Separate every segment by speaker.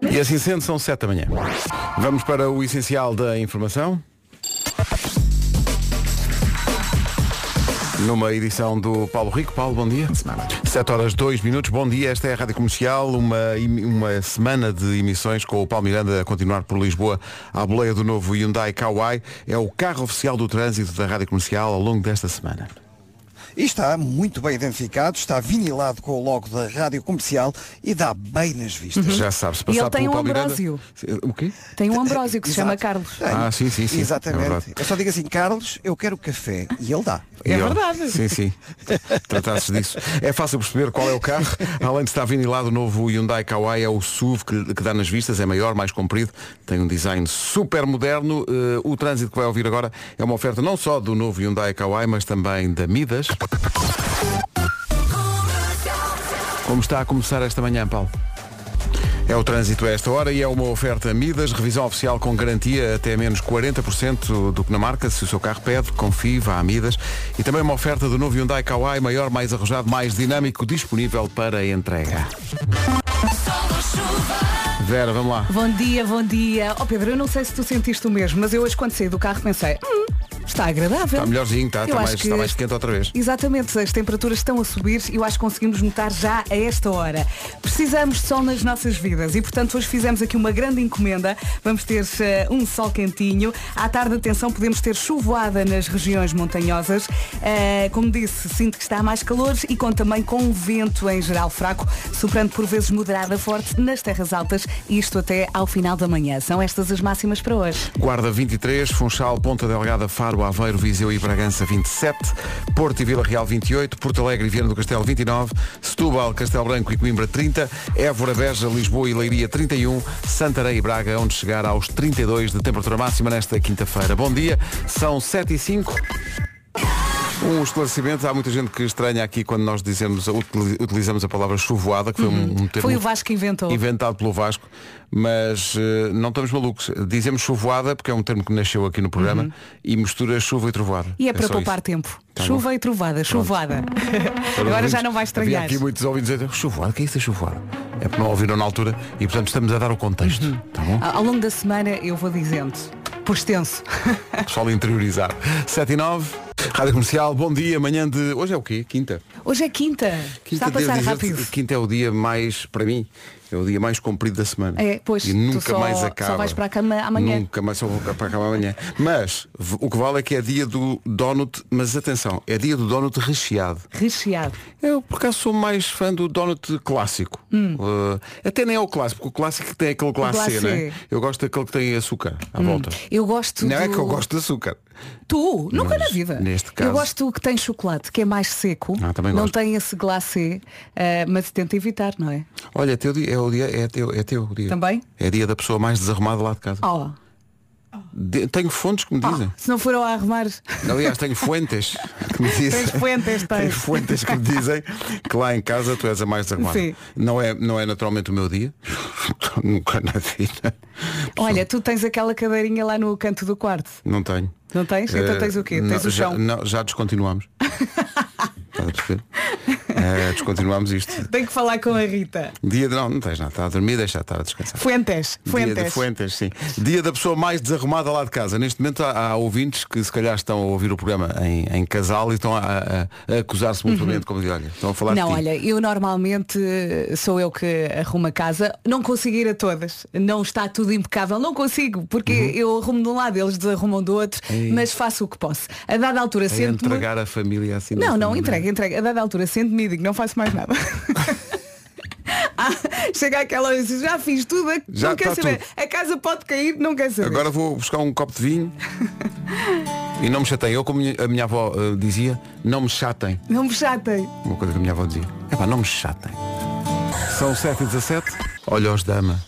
Speaker 1: E assim sendo, são 7 da manhã. Vamos para o essencial da informação. Numa edição do Paulo Rico. Paulo, bom dia. 7 horas 2 minutos. Bom dia, esta é a Rádio Comercial, uma, im- uma semana de emissões com o Paulo Miranda a continuar por Lisboa à boleia do novo Hyundai Kauai. É o carro oficial do trânsito da Rádio Comercial ao longo desta semana.
Speaker 2: E está muito bem identificado, está vinilado com o logo da rádio comercial e dá bem nas vistas.
Speaker 1: Uhum. Já sabe, se
Speaker 3: E ele
Speaker 1: passar
Speaker 3: tem
Speaker 1: pelo
Speaker 3: um
Speaker 1: Paulo Miranda-
Speaker 3: Ambrósio.
Speaker 1: O quê?
Speaker 3: Tem um Ambrósio que se
Speaker 2: Exato.
Speaker 3: chama Carlos.
Speaker 2: Tem.
Speaker 1: Ah, sim, sim, sim. É
Speaker 2: Exatamente.
Speaker 1: verdade.
Speaker 2: eu só digo assim, Carlos, eu quero café. E ele dá.
Speaker 3: É
Speaker 1: E ele-
Speaker 3: verdade.
Speaker 1: Sim, sim. Tratar-se disso. É fácil perceber qual é o carro. Além de estar vinilado, o novo Hyundai Kauai é o SUV que, que dá nas vistas. É maior, mais comprido. Tem um design super moderno. Eh, o trânsito que vai ouvir agora é uma oferta não só do novo Hyundai Kauai, mas também da Midas. Como está a começar esta manhã, Paulo? É o trânsito a esta hora e é uma oferta Midas, revisão oficial com garantia até menos 40% do que na marca. Se o seu carro pede, confie, vá a Midas. E também uma oferta do novo Hyundai Kauai, maior, mais arrojado, mais dinâmico, disponível para entrega. Vera, vamos lá.
Speaker 3: Bom dia, bom dia. Ó Pedro, eu não sei se tu sentiste o mesmo, mas eu hoje quando saí do carro pensei, hum, está agradável.
Speaker 1: Está melhorzinho, está,
Speaker 3: Eu
Speaker 1: está,
Speaker 3: acho
Speaker 1: mais,
Speaker 3: que-
Speaker 1: está mais quente outra vez.
Speaker 3: Exatamente, as temperaturas estão a subir e eu acho que conseguimos notar já a esta hora. Precisamos de sol nas nossas vidas e, portanto, hoje fizemos aqui uma grande encomenda. Vamos ter eh, um sol quentinho. À tarde, atenção, podemos ter chuvoada nas regiões montanhosas. Eh, como disse, sinto que está mais calor e com também com um vento em geral fraco, soprando por vezes moderada forte nas terras altas, isto até ao final da manhã. São estas as máximas para hoje.
Speaker 1: Guarda 23, Funchal, Ponta Delgada, Faro, Aveiro, Viseu e Bragança 27, Porto e Vila Real 28, Porto Alegre e Viana do Castelo 29, Setúbal, Castelo Branco e Coimbra 30, Évora, Beja, Lisboa e Leiria 31, Santarém e Braga, onde chegar aos 32 de temperatura máxima nesta quinta-feira. Bom dia, são 7 e 5. Um esclarecimento, há muita gente que estranha aqui quando nós dizemos, utili- utilizamos a palavra chuvoada, que foi um, um termo
Speaker 3: Uhum. Foi o Vasco que inventou.
Speaker 1: inventado pelo Vasco, mas eh, não estamos malucos. Dizemos chuvoada, porque é um termo que nasceu aqui no programa, e mistura chuva e trovoada.
Speaker 3: Uhum. E é para
Speaker 1: só
Speaker 3: poupar
Speaker 1: isso.
Speaker 3: tempo.
Speaker 1: Tá
Speaker 3: Chuva e trovada, chuvoada.
Speaker 1: Para
Speaker 3: Agora
Speaker 1: ouvintes,
Speaker 3: já não vai estranhar.
Speaker 1: Havia aqui muitos ouvintes a dizer, chuvoada, o que é isso da chuvoada? É porque não ouviram na altura e portanto estamos a dar o contexto.
Speaker 3: Uhum.
Speaker 1: Tá bom?
Speaker 3: Ah, Ao longo da semana eu vou dizendo, por extenso.
Speaker 1: Pessoal interiorizar. 7 e 9, Rádio Comercial, bom dia, manhã de. Hoje é o quê? Quinta.
Speaker 3: Hoje é quinta. Está a
Speaker 1: devo
Speaker 3: passar
Speaker 1: dizer-te
Speaker 3: rápido.
Speaker 1: que Quinta é o dia mais, para mim, é o dia mais comprido da semana.
Speaker 3: É, pois,
Speaker 1: e
Speaker 3: tu
Speaker 1: nunca
Speaker 3: só-
Speaker 1: mais
Speaker 3: só
Speaker 1: acaba.
Speaker 3: vais para a cama amanhã.
Speaker 1: Nunca mais só vou para a cama amanhã. Mas v- o que vale é que é dia do donut, mas atenção, é dia do donut recheado.
Speaker 3: Recheado.
Speaker 1: Eu por acaso sou mais fã do donut clássico. Uh, até nem é o clássico, porque o clássico tem aquele glacê,
Speaker 3: Hum. glacê. Hum.
Speaker 1: não é? Eu gosto daquele que tem açúcar à volta.
Speaker 3: Eu gosto
Speaker 1: Não
Speaker 3: do...
Speaker 1: é que eu gosto de açúcar.
Speaker 3: Tu? Nunca
Speaker 1: Mas
Speaker 3: na vida.
Speaker 1: neste caso-
Speaker 3: Eu gosto do que tem chocolate, que é mais seco.
Speaker 1: Ah, também
Speaker 3: não
Speaker 1: gosto.
Speaker 3: tem esse glacê, eh, mas tenta evitar, não é?
Speaker 1: Olha, é teu dia, é o dia, é teu, é teu dia.
Speaker 3: Também? Ah.
Speaker 1: É dia da pessoa mais desarrumada lá de casa.
Speaker 3: Ó,
Speaker 1: De- tenho fontes que me dizem.
Speaker 3: se não for ao arrumar,
Speaker 1: Aliás, tenho fuentes que me dizem.
Speaker 3: Tens fuentes, tens.
Speaker 1: Tenho fuentes que me dizem que lá em casa tu és a mais desarmada.
Speaker 3: Sim.
Speaker 1: Não é, não é naturalmente o meu dia. Nunca na vida.
Speaker 3: olha, tu tens aquela cadeirinha lá no canto do quarto.
Speaker 1: Não tenho.
Speaker 3: Não tens? Então
Speaker 1: Eh,
Speaker 3: tens o quê?
Speaker 1: não,
Speaker 3: Tens o
Speaker 1: já,
Speaker 3: chão.
Speaker 1: não, já descontinuámos. Estás a perceber? Eh, descontinuámos isto.
Speaker 3: Tenho que falar com a Rita.
Speaker 1: Dia de. Não, não tens nada. Está a dormir, deixa estar a descansar.
Speaker 3: Fuentes,
Speaker 1: Dia de
Speaker 3: fuentes.
Speaker 1: Fuentes, sim. Dia da pessoa mais desarrumada lá de casa. Neste momento há, há ouvintes que se calhar estão a ouvir o programa em, em casal e estão a, a- a acusar-se mutuamente, como diz, olha, estão a falar
Speaker 3: Uhum.
Speaker 1: assim,
Speaker 3: Não,
Speaker 1: de ti.
Speaker 3: olha, eu normalmente eh, sou eu que arrumo a casa. Não consigo ir a todas. Não está tudo impecável. Não consigo, porque
Speaker 1: Uhum.
Speaker 3: eu arrumo de um lado, eles desarrumam do outro, mas faço o que posso. A dada altura
Speaker 1: É
Speaker 3: sento-me.
Speaker 1: entregar a família assim.
Speaker 3: Não,
Speaker 1: desta
Speaker 3: não,
Speaker 1: maneira.
Speaker 3: entrega, entrega. A dada altura sento-me e digo, não faço mais nada. Ah, Chega aquela hora e diz, já fiz tudo,
Speaker 1: Já
Speaker 3: não quer
Speaker 1: está
Speaker 3: saber.
Speaker 1: tudo.
Speaker 3: A casa pode cair, não quer saber.
Speaker 1: Agora vou buscar um copo de vinho e não me chateiem. Eu, como a minha avó eh, dizia, não me chatem.
Speaker 3: Não me chatem.
Speaker 1: Uma coisa que a minha avó dizia. É pá, não me chatem. São 7 e 17 Olha os dama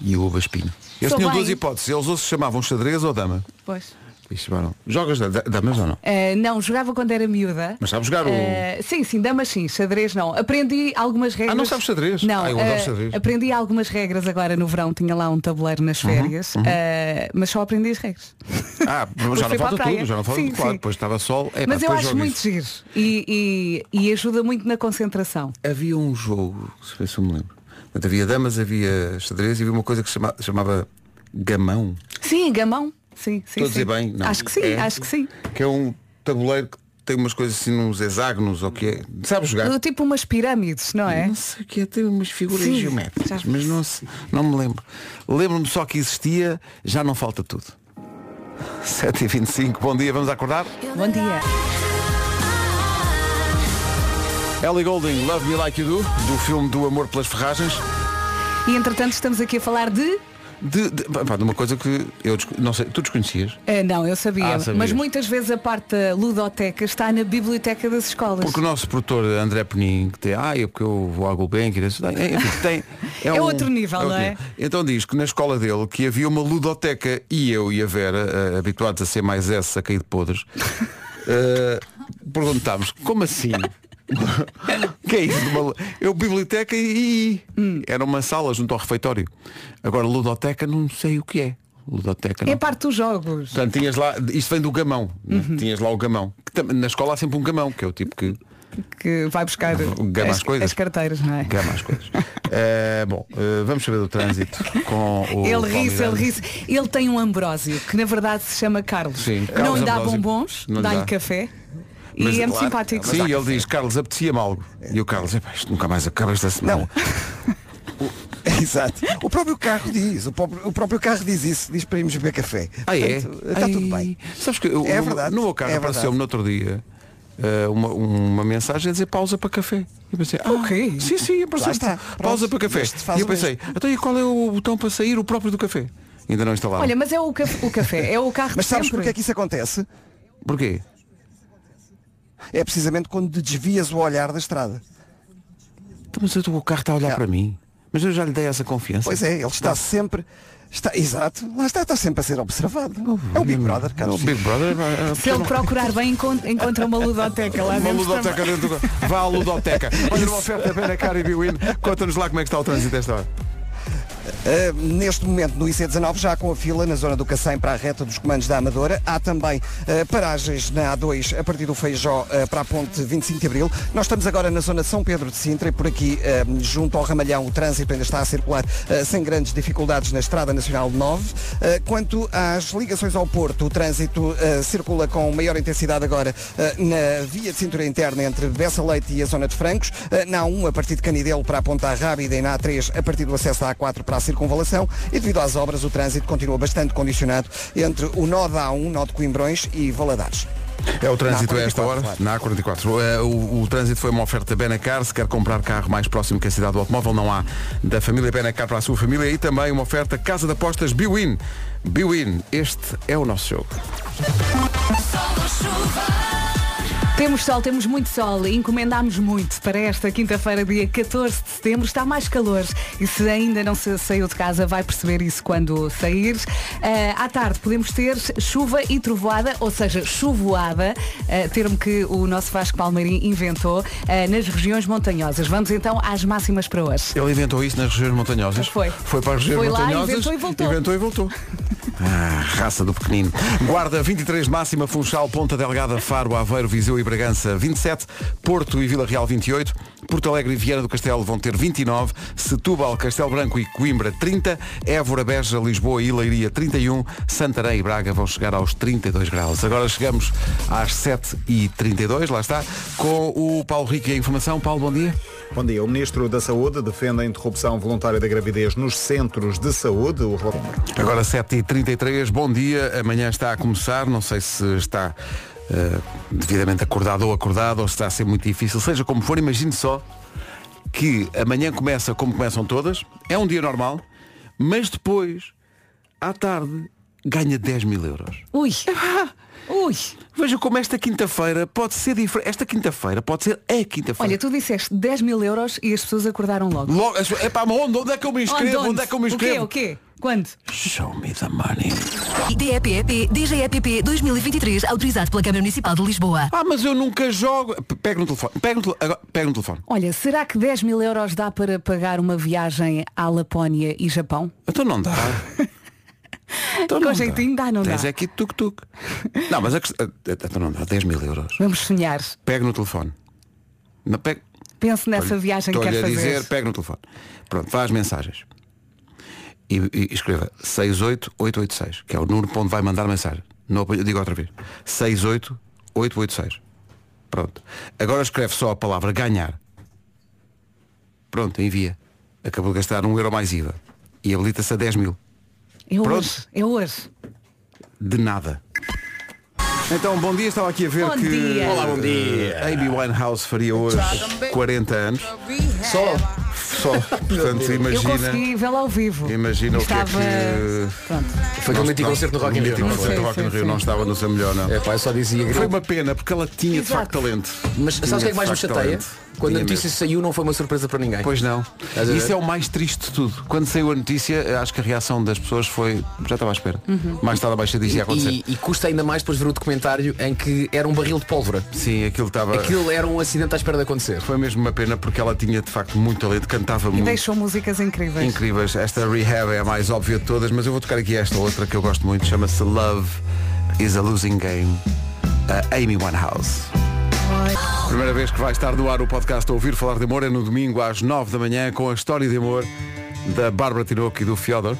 Speaker 1: e o Uba Espinho. Eles
Speaker 3: Sou
Speaker 1: tinham
Speaker 3: bem.
Speaker 1: duas hipóteses. Eles ou se chamavam xadrez ou dama.
Speaker 3: Pois.
Speaker 1: E chamaram. Jogas da- da- damas ou não?
Speaker 3: Uh, não, jogava quando era miúda.
Speaker 1: Mas sabe jogar o-
Speaker 3: Uh, sim, sim, damas sim, xadrez não. Aprendi algumas regras.
Speaker 1: não sabes xadrez?
Speaker 3: Não, eh,
Speaker 1: Ah, eu adoro xadrez. Uhum,
Speaker 3: aprendi algumas regras agora no verão. Tinha lá um tabuleiro nas férias, uh, mas só aprendi as regras.
Speaker 1: Ah,
Speaker 3: Depois
Speaker 1: já não
Speaker 3: fui para a
Speaker 1: falta
Speaker 3: praia.
Speaker 1: tudo, já não falta
Speaker 3: Sim,
Speaker 1: tudo. Claro,
Speaker 3: sim.
Speaker 1: depois estava sol. É, pá,
Speaker 3: mas eu
Speaker 1: depois
Speaker 3: acho
Speaker 1: jogo
Speaker 3: muito
Speaker 1: isso.
Speaker 3: giro e, e- e ajuda muito na concentração.
Speaker 1: Havia um jogo, se bem se eu me lembro, Portanto, havia damas, havia xadrez e havia uma coisa que se chama- chamava gamão.
Speaker 3: Sim, gamão. Sim, sim.
Speaker 1: Estou a
Speaker 3: sim.
Speaker 1: dizer bem? Não.
Speaker 3: Acho que sim,
Speaker 1: É?
Speaker 3: acho que sim.
Speaker 1: Que é um tabuleiro que tem umas coisas assim, uns hexágonos ou que é. Sabe jogar?
Speaker 3: Do tipo umas pirâmides, não é?
Speaker 1: Não sei o que é ter umas figuras
Speaker 3: Sim, já
Speaker 1: geométricas,
Speaker 3: percebi.
Speaker 1: mas não, se- não me lembro. Lembro-me só que existia, já não falta tudo. 7h25, bom dia, vamos acordar?
Speaker 3: Bom dia.
Speaker 1: Ellie Golding, Love Me Like You Do, do filme do Amor pelas Ferragens.
Speaker 3: E entretanto estamos aqui a falar de.
Speaker 1: De, de- pá, de uma coisa que eu desco- não sei, tu desconhecias?
Speaker 3: Ah, não, eu sabia.
Speaker 1: Ah, sabias.
Speaker 3: Mas muitas vezes a parte da ludoteca está na biblioteca das escolas.
Speaker 1: Porque o nosso produtor André Penin, que tem, ah, é porque eu vou à Gulbenkian, isso tem- é, enfim, tem-
Speaker 3: É outro nível, não é?
Speaker 1: Então diz que na escola dele que havia uma ludoteca e eu e a Vera, eh, habituados a ser mais S a cair de podres, eh, perguntámos, como assim? que é isso? de Uma... lu- Eu biblioteca e.
Speaker 3: Hum.
Speaker 1: Era uma sala junto ao refeitório. Agora ludoteca não sei o que é. Ludoteca
Speaker 3: É
Speaker 1: não
Speaker 3: a parte dos jogos.
Speaker 1: Portanto, tinhas lá, isto vem do gamão, né? tinhas lá o gamão. Que tam- na escola há sempre um gamão, que é o tipo que
Speaker 3: Que vai buscar
Speaker 1: gama as,
Speaker 3: as,
Speaker 1: coisas.
Speaker 3: as carteiras, não é?
Speaker 1: Gama as coisas. Eh, bom, eh, vamos saber do trânsito com o.
Speaker 3: Ele
Speaker 1: Paulo
Speaker 3: ri-se, ele
Speaker 1: Miranda.
Speaker 3: ri-se. Ele tem um Ambrósio, que na verdade se chama Carlos.
Speaker 1: Sim,
Speaker 3: não
Speaker 1: Carlos
Speaker 3: lhe dá
Speaker 1: Ambrósio.
Speaker 3: bombons,
Speaker 1: Não lhe
Speaker 3: dá-lhe
Speaker 1: dá.
Speaker 3: café.
Speaker 1: Mas,
Speaker 3: e é muito
Speaker 1: claro,
Speaker 3: simpático.
Speaker 1: Sim, ele diz, Carlos, apetecia-me algo. E o Carlos, "Epá, isto nunca mais acaba esta semana.
Speaker 2: Não. Exato. O próprio carro diz, o próprio, o próprio carro diz isso, diz para irmos beber café.
Speaker 1: Ah, é?
Speaker 2: Está
Speaker 1: Ai,
Speaker 2: tudo bem.
Speaker 1: Sabes que eu,
Speaker 2: É
Speaker 1: no-
Speaker 2: verdade,
Speaker 1: no meu carro
Speaker 2: é
Speaker 1: apareceu-me
Speaker 2: verdade.
Speaker 1: no outro dia eh, uma, uma mensagem a dizer pausa para café. E eu pensei, ah,
Speaker 3: quê?
Speaker 1: sim, sim, apareceu
Speaker 2: está.
Speaker 1: pausa
Speaker 2: Pronto,
Speaker 1: para café.
Speaker 2: este faz
Speaker 1: E eu
Speaker 2: o
Speaker 1: pensei, então e qual é o botão para sair o próprio do café? Ainda não instalaram.
Speaker 3: Olha, mas é o, caf- o café, é o carro
Speaker 2: Mas
Speaker 3: de
Speaker 2: sabes
Speaker 3: sempre.
Speaker 2: porque é que isso acontece?
Speaker 1: Porquê?
Speaker 2: É precisamente quando desvias o olhar da estrada.
Speaker 1: Então, Mas o carro está a olhar
Speaker 2: Ah.
Speaker 1: para mim. Mas eu já lhe dei essa confiança.
Speaker 2: Pois é, ele está sempre. Está, exato, lá está, está sempre a ser observado. É o Big Brother,
Speaker 1: O
Speaker 2: Carlos.
Speaker 1: Big Brother. eh,
Speaker 3: Se ele procurar bem, encont- encontra uma ludoteca lá
Speaker 1: Uma
Speaker 3: dentro
Speaker 1: ludoteca
Speaker 3: também.
Speaker 1: dentro do... Vá à ludoteca. Olha, uma oferta bem na cara e Biwin. Conta-nos lá como é que está o trânsito esta hora.
Speaker 2: Uh, neste momento no IC19 já com a fila na zona do Cacém para a reta dos comandos da Amadora. Há também uh, paragens na A2 a partir do Feijó uh, para a ponte 25 de Abril. Nós estamos agora na zona de São Pedro de Sintra e por aqui um, junto ao Ramalhão o trânsito ainda está a circular uh, sem grandes dificuldades na Estrada Nacional 9. Uh, quanto às ligações ao Porto, o trânsito uh, circula com maior intensidade agora uh, na via de cintura interna entre Bessa Leite e a zona de Francos. Uh, na A1 a partir de Canidelo para a Ponta Rábida e na A3 a partir do acesso à A4 para a circunvalação e devido às obras o trânsito continua bastante condicionado entre o nó da A1, nó de Coimbrões e Valadares.
Speaker 1: É o trânsito a
Speaker 2: Na A44,
Speaker 1: esta hora,
Speaker 2: claro.
Speaker 1: na A44. Eh, O, o trânsito foi uma oferta Benacar. Se quer comprar carro mais próximo que a cidade do automóvel, não há da família Benacar para a sua família. E também uma oferta Casa de Apostas Biwin. Biwin, este é o nosso jogo.
Speaker 3: Temos sol, temos muito sol e encomendámos muito para esta quinta-feira, dia 14 de setembro. Está mais calor e se ainda não se saiu de casa, vai perceber isso quando saíres. Ah, à tarde podemos ter chuva e trovoada, ou seja, chuvoada, ah, termo que o nosso Vasco Palmeirim inventou, ah, nas regiões montanhosas. Vamos então às máximas para hoje.
Speaker 1: Ele inventou isso nas regiões montanhosas.
Speaker 3: Foi.
Speaker 1: Foi para as regiões
Speaker 3: Foi lá,
Speaker 1: montanhosas.
Speaker 3: inventou e voltou.
Speaker 1: Inventou e voltou. Ah, raça do pequenino. Guarda 23 máxima, Funchal, Ponta Delgada, Faro, Aveiro, Viseu e Bragança 27, Porto e Vila Real 28, Porto Alegre e Vieira do Castelo vão ter 29, Setúbal, Castelo Branco e Coimbra 30, Évora, Beja, Lisboa e Leiria 31, Santarém e Braga vão chegar aos 32 graus. Agora chegamos às 7h32, lá está, com o Paulo Rico e a informação. Paulo, bom dia.
Speaker 4: Bom dia. O Ministro da Saúde defende a interrupção voluntária da gravidez nos centros de saúde. O relatório-
Speaker 1: Agora 7h33, bom dia. Amanhã está a começar, não sei se está eh, devidamente acordado ou acordado, ou se está a ser muito difícil, seja como for, imagine só que amanhã começa como começam todas, é um dia normal, mas depois, à tarde, ganha 10 mil euros.
Speaker 3: Ui! Ui!
Speaker 1: Veja como esta quinta-feira pode ser diferente. Esta quinta-feira pode ser a quinta-feira.
Speaker 3: Olha, tu disseste 10 mil euros e as pessoas acordaram logo.
Speaker 1: Logo, é pá, onde, onde é que eu me inscrevo? Onde, é que eu me
Speaker 3: Oh, O quê?
Speaker 1: inscrevo?
Speaker 3: O quê? Quando?
Speaker 1: Show me the money.
Speaker 5: DEPEP DGEPP 2023, autorizado pela Câmara Municipal de Lisboa.
Speaker 1: Ah, mas eu nunca jogo. P- Pega no telefone. Pega no, tele- agora, pega no telefone.
Speaker 3: Olha, será que 10 mil euros dá para pagar uma viagem à Lapónia e Japão?
Speaker 1: Então não dá. Então
Speaker 3: Com
Speaker 1: não
Speaker 3: jeitinho dá, não dá.
Speaker 1: Tens aqui tuk-tuk. Não, mas a questão. Então não dá. 10 mil euros.
Speaker 3: Vamos sonhar.
Speaker 1: Pega no telefone. Não, pega...
Speaker 3: Pense nessa viagem que
Speaker 1: Estou-lhe
Speaker 3: quer
Speaker 1: a
Speaker 3: fazer.
Speaker 1: dizer, pegue no telefone. Pronto, vá às mensagens. E, e escreva 68886, que é o número para onde vai mandar mensagem. Não apanho- digo outra vez. 68886. Pronto. Agora escreve só a palavra ganhar. Pronto, envia. Acabou de gastar um euro mais IVA. E habilita-se a 10 mil.
Speaker 3: É
Speaker 1: Pronto.
Speaker 3: hoje. É hoje.
Speaker 1: De nada. Então, bom dia, estava aqui a ver
Speaker 3: Bom
Speaker 1: que
Speaker 3: dia. Olá,
Speaker 1: bom dia. Amy Winehouse faria hoje 40 anos.
Speaker 4: Só
Speaker 1: Só, portanto,
Speaker 3: Eu
Speaker 1: imagina.
Speaker 3: consegui vê-la ao vivo.
Speaker 1: Imagina o que é
Speaker 3: Estava.
Speaker 1: que.
Speaker 3: Pronto.
Speaker 6: Foi com o mítico concerto no Rock in Rio.
Speaker 1: Mítico
Speaker 6: não
Speaker 1: concerto
Speaker 6: foi?
Speaker 1: do
Speaker 3: Sim,
Speaker 1: Rock in
Speaker 3: sim,
Speaker 1: Rio,
Speaker 3: sim.
Speaker 1: não estava no seu melhor, não.
Speaker 6: É pá, eu só dizia grilo.
Speaker 1: Foi uma pena, porque ela tinha de
Speaker 3: Exato.
Speaker 1: facto talento.
Speaker 6: Mas
Speaker 1: Tinha,
Speaker 6: sabes o que é que mais
Speaker 1: de
Speaker 6: me
Speaker 1: facto,
Speaker 6: chateia?
Speaker 1: talento.
Speaker 6: Quando a
Speaker 1: Tinha
Speaker 6: notícia
Speaker 1: mesmo.
Speaker 6: saiu não foi uma surpresa para ninguém.
Speaker 1: Pois não.
Speaker 6: a ver?
Speaker 1: Isso é o mais triste de tudo. Quando saiu a notícia, acho que a reação das pessoas foi. Já estava à espera.
Speaker 3: Uhum.
Speaker 1: Mais tarde abaixo disso ia acontecer.
Speaker 6: E, e custa ainda mais depois ver o documentário em que era um barril de pólvora.
Speaker 1: Sim, aquilo estava.
Speaker 6: Aquilo era um acidente à espera de acontecer.
Speaker 1: Foi mesmo uma pena porque ela tinha de facto muito talento, cantava
Speaker 3: E
Speaker 1: muito.
Speaker 3: deixou músicas incríveis.
Speaker 1: Incríveis. Esta rehab é a mais óbvia de todas, mas eu vou tocar aqui esta outra que eu gosto muito, chama-se Love is a Losing Game, a Amy Winehouse. Primeira vez que vai estar no ar o podcast Ouvir Falar de Amor é no domingo às 9 da manhã com a história de amor da Bárbara Tinoco e do Fiodor.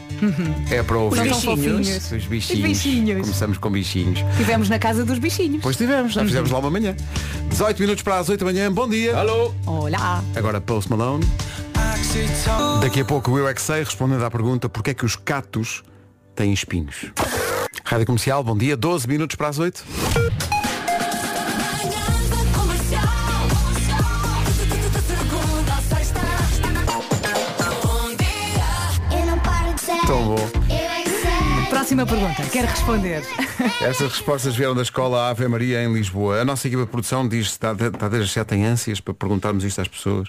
Speaker 1: É para
Speaker 3: Não
Speaker 1: ouvir.
Speaker 3: são fofinhos.
Speaker 1: Os bichinhos.
Speaker 3: Os bichinhos.
Speaker 1: Começamos com bichinhos.
Speaker 3: Estivemos na casa dos bichinhos.
Speaker 1: Pois tivemos, já fizemos lá uma manhã. 18 minutos para as 8 da manhã, bom dia.
Speaker 6: Alô?
Speaker 3: Olá.
Speaker 1: Agora Post Malone. Daqui a pouco o Eu é que sei, respondendo à pergunta porque é que os catos têm espinhos. Rádio Comercial, bom dia, 12 minutos para as 8.
Speaker 7: Eu não paro de ser.
Speaker 1: Tão bom.
Speaker 7: Eu é que sei.
Speaker 3: Próxima pergunta. Quer responder?
Speaker 1: Estas respostas vieram da escola Ave Maria em Lisboa. A nossa equipa de produção diz que está, está desde as 7 em ânsias para perguntarmos isto às pessoas.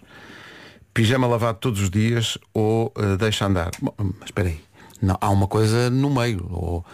Speaker 1: Pijama lavado todos os dias ou eh, deixa andar? Bom, mas espera aí, não, há uma coisa no meio. Ou,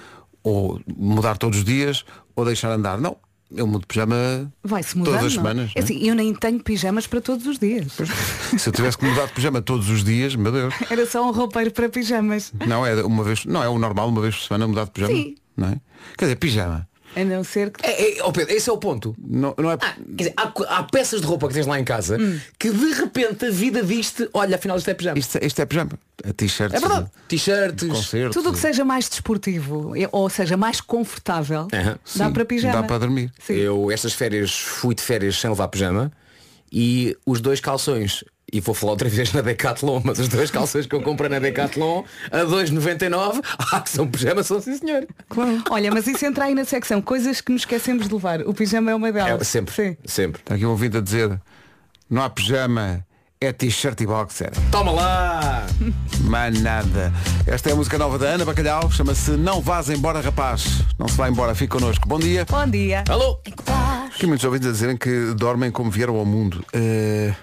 Speaker 1: ou mudar todos os dias ou deixar andar. Não, eu mudo de pijama
Speaker 3: Vai-se mudar.
Speaker 1: todas as
Speaker 3: não?
Speaker 1: semanas. não
Speaker 3: É
Speaker 1: é?
Speaker 3: assim, eu nem tenho pijamas para todos os dias.
Speaker 1: Se eu tivesse que mudar de pijama todos os dias, meu Deus.
Speaker 3: Era só um roupeiro para pijamas.
Speaker 1: Não é uma vez, não é o normal uma vez por semana mudar de pijama.
Speaker 3: Sim.
Speaker 1: Não é? Quer dizer, pijama.
Speaker 3: A não ser que.
Speaker 6: É, é, oh Pedro, esse é o ponto.
Speaker 1: Não, não é
Speaker 6: Ah, quer dizer, há, co- há peças de roupa que tens lá em casa
Speaker 3: Hum.
Speaker 6: que de repente a vida diz-te, olha, afinal isto é pijama.
Speaker 1: isto, isto é pijama. É T-shirt.
Speaker 6: é verdade. T-shirts.
Speaker 1: Concerto.
Speaker 3: Tudo o que seja mais desportivo, é- ou seja, mais confortável,
Speaker 6: Aham,
Speaker 3: dá
Speaker 1: Sim,
Speaker 3: para pijama.
Speaker 1: Dá para dormir.
Speaker 3: Sim.
Speaker 6: Eu estas férias fui de férias sem levar pijama e os dois calções, e vou falar outra vez na Decathlon, mas os dois calções que eu comprei na Decathlon a 2,99, ah, que são pijama, são sim senhor.
Speaker 3: Olha, mas isso entra aí na secção, coisas que nos esquecemos de levar. O pijama é uma delas.
Speaker 6: É, sempre,
Speaker 3: Sim.
Speaker 6: sempre.
Speaker 1: Está aqui um ouvinte a dizer, não há pijama, é T-shirt e boxer.
Speaker 6: Toma lá!
Speaker 1: Mas nada. Esta é a música nova da Ana Bacalhau, chama-se Não Vás Embora Rapaz. Não se vá embora, fique connosco. Bom dia.
Speaker 3: Bom dia.
Speaker 6: Alô?
Speaker 1: Aqui muitos ouvintes a dizerem que dormem como vieram ao mundo. Eh,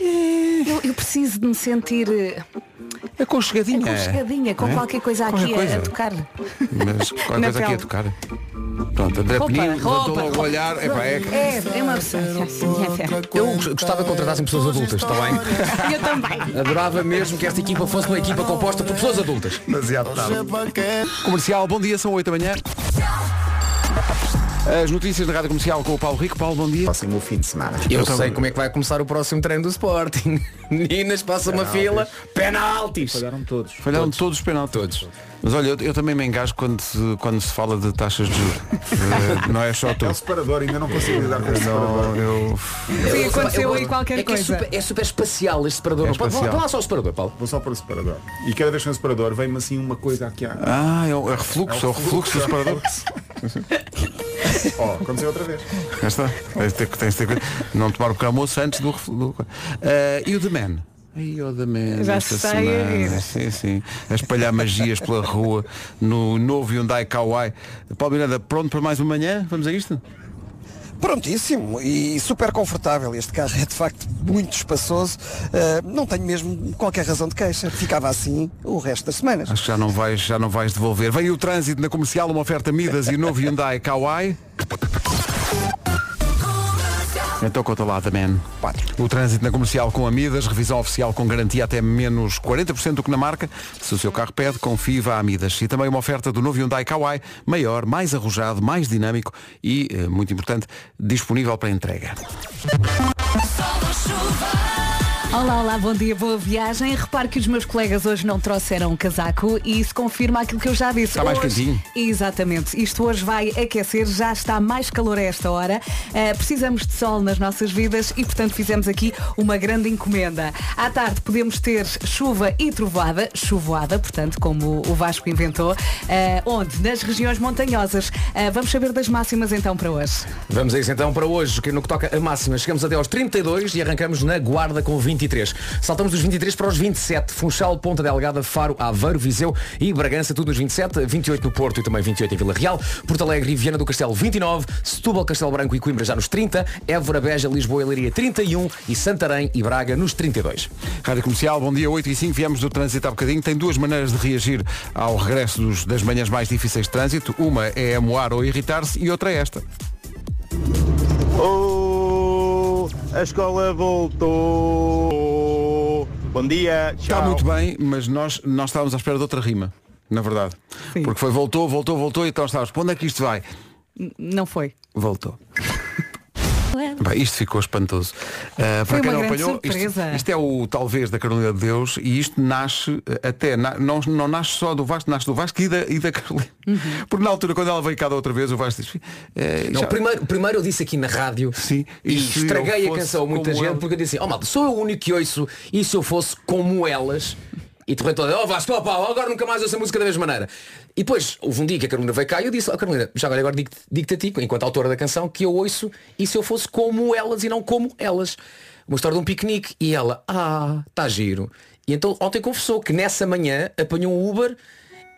Speaker 1: É.
Speaker 3: Eu, eu preciso de me sentir eh,
Speaker 1: Aconchegadinha.
Speaker 3: aconchegadinha com
Speaker 1: É?
Speaker 3: qualquer coisa
Speaker 1: Qualquer
Speaker 3: aqui a-
Speaker 1: coisa.
Speaker 3: A, tocar.
Speaker 1: Mas qual
Speaker 3: Na
Speaker 1: coisa aqui
Speaker 3: pele.
Speaker 1: a tocar? Pronto, André
Speaker 3: Roupa,
Speaker 1: Penin levantou
Speaker 3: roupa,
Speaker 1: logo o
Speaker 3: roupa.
Speaker 1: olhar. Epá, é que-
Speaker 3: É, é uma pessoa.
Speaker 6: Eu gostava que contratassem pessoas adultas,
Speaker 1: tá
Speaker 6: está bem?
Speaker 3: Eu também.
Speaker 6: Adorava mesmo que esta equipa fosse uma equipa composta por pessoas adultas.
Speaker 1: Comercial, bom dia, são 8 da manhã. As notícias da Rádio Comercial com o Paulo Rico. Paulo, bom dia.
Speaker 4: Próximo fim de semana.
Speaker 6: Eu,
Speaker 1: Eu
Speaker 6: sei
Speaker 1: também.
Speaker 6: como é que vai começar o próximo treino do Sporting. Meninas, passa uma fila. Penaltis!
Speaker 4: Falharam todos.
Speaker 1: Falharam todos, os penaltis.
Speaker 6: Todos.
Speaker 1: Mas olha, eu, eu também me engasgo quando se, quando se fala de taxas de juros. Eh, não é só tu.
Speaker 4: É o separador, ainda não consigo lidar com o separador.
Speaker 1: Não, eu...
Speaker 3: Sim, aconteceu
Speaker 6: Eu-
Speaker 3: aí qualquer
Speaker 6: é que
Speaker 3: coisa.
Speaker 6: É super, é super espacial este separador.
Speaker 1: É
Speaker 6: Pá, vá-
Speaker 1: espacial.
Speaker 6: Vá lá só o separador, Paulo.
Speaker 4: Vou só para o separador. E cada vez que o separador vem-me assim uma coisa aqui. à-
Speaker 1: Ah, é o é refluxo, é o refluxo do separador.
Speaker 4: Ó, aconteceu outra vez.
Speaker 1: Já está. Tens de ter, tens de ter cuidado. Não tomar o pequeno almoço antes do refluxo. Eh, e o The Man? Ai, o The Man.
Speaker 3: Já
Speaker 1: esta
Speaker 3: se sai a
Speaker 1: semana.
Speaker 3: rir.
Speaker 1: Sim, sim. A espalhar magias pela rua no novo Hyundai Kauai. Paulo Miranda, pronto para mais uma manhã? Vamos a isto?
Speaker 2: Prontíssimo e super confortável. Este carro é de facto muito espaçoso. Ah, não tenho mesmo qualquer razão de queixa. Ficava assim o resto das semanas.
Speaker 1: Acho que já não vais, já não vais devolver. Vem o trânsito na comercial, uma oferta Midas e o novo Hyundai Kauai. Então conta lá, The Man. O trânsito na comercial com a Midas, revisão oficial com garantia até menos 40% do que na marca. Se o seu carro pede, confie vá a Midas. E também uma oferta do novo Hyundai Kauai, maior, mais arrojado, mais dinâmico e, eh, muito importante, disponível para entrega.
Speaker 3: Olá, olá, bom dia, boa viagem. Repare que os meus colegas hoje não trouxeram um casaco e isso confirma aquilo que eu já disse.
Speaker 1: Está Tá mais
Speaker 3: Hoje-
Speaker 1: quentinho.
Speaker 3: Exatamente. Isto hoje vai aquecer, já está mais calor a esta hora. Eh, precisamos de sol nas nossas vidas e, portanto, fizemos aqui uma grande encomenda. À tarde podemos ter chuva e trovada, chuvoada, portanto, como o Vasco inventou, eh, onde? Nas regiões montanhosas. Eh, vamos saber das máximas então para hoje.
Speaker 6: Vamos a isso então para hoje, que no que toca a máxima. Chegamos até aos 32 e arrancamos na Guarda com 23. Saltamos dos 23 para os 27. Funchal, Ponta Delgada, Faro, Aveiro, Viseu e Bragança, tudo nos 27. 28 no Porto e também 28 em Vila Real. Porto Alegre e Viana do Castelo, 29. Setúbal, Castelo Branco e Coimbra já nos 30. Évora, Beja, Lisboa e Leiria, 31. E Santarém e Braga nos 32.
Speaker 1: Rádio Comercial, bom dia 8 e 5, viemos do trânsito há bocadinho. Tem duas maneiras de reagir ao regresso dos- das manhãs mais difíceis de trânsito. Uma é amoar ou irritar-se e outra é esta.
Speaker 8: Oh, a escola voltou. Bom dia.
Speaker 1: Está
Speaker 8: tchau.
Speaker 1: muito bem, mas nós, nós estávamos à espera de outra rima, na verdade.
Speaker 3: Sim.
Speaker 1: Porque foi voltou, voltou, voltou e então estávamos. Para onde é que isto vai?
Speaker 3: Não foi.
Speaker 1: Voltou. Bem, isto ficou espantoso. Uh, para
Speaker 3: Foi
Speaker 1: quem
Speaker 3: uma
Speaker 1: não
Speaker 3: grande
Speaker 1: apanhou, isto,
Speaker 3: surpresa.
Speaker 1: isto é o talvez da Carolina de Deus e isto nasce eh, até, na- não, não nasce só do Vasco, nasce do Vasco e da, e da Carolina.
Speaker 3: Uhum.
Speaker 1: Porque na altura, quando ela veio cá da outra vez, o Vasco disse, eh,
Speaker 6: Não,
Speaker 1: já-
Speaker 6: primeiro, primeiro eu disse aqui na rádio
Speaker 1: Sim,
Speaker 6: e,
Speaker 1: e se
Speaker 6: estraguei
Speaker 1: eu
Speaker 6: a
Speaker 1: fosse
Speaker 6: canção a muita
Speaker 1: como
Speaker 6: gente
Speaker 1: ele?
Speaker 6: porque eu disse assim, oh malta, sou eu o único que ouço e se eu fosse como elas e de repente toda, oh Vasco, opa, agora nunca mais ouço a música da mesma maneira. E depois houve um dia que a Carolina veio cá e eu disse, oh Carolina, já agora, agora digo-te digo-te a ti, enquanto autora da canção, que eu ouço e se eu fosse como elas e não como elas. Uma história de um piquenique e ela, ah, está giro. E então ontem confessou que nessa manhã apanhou um Uber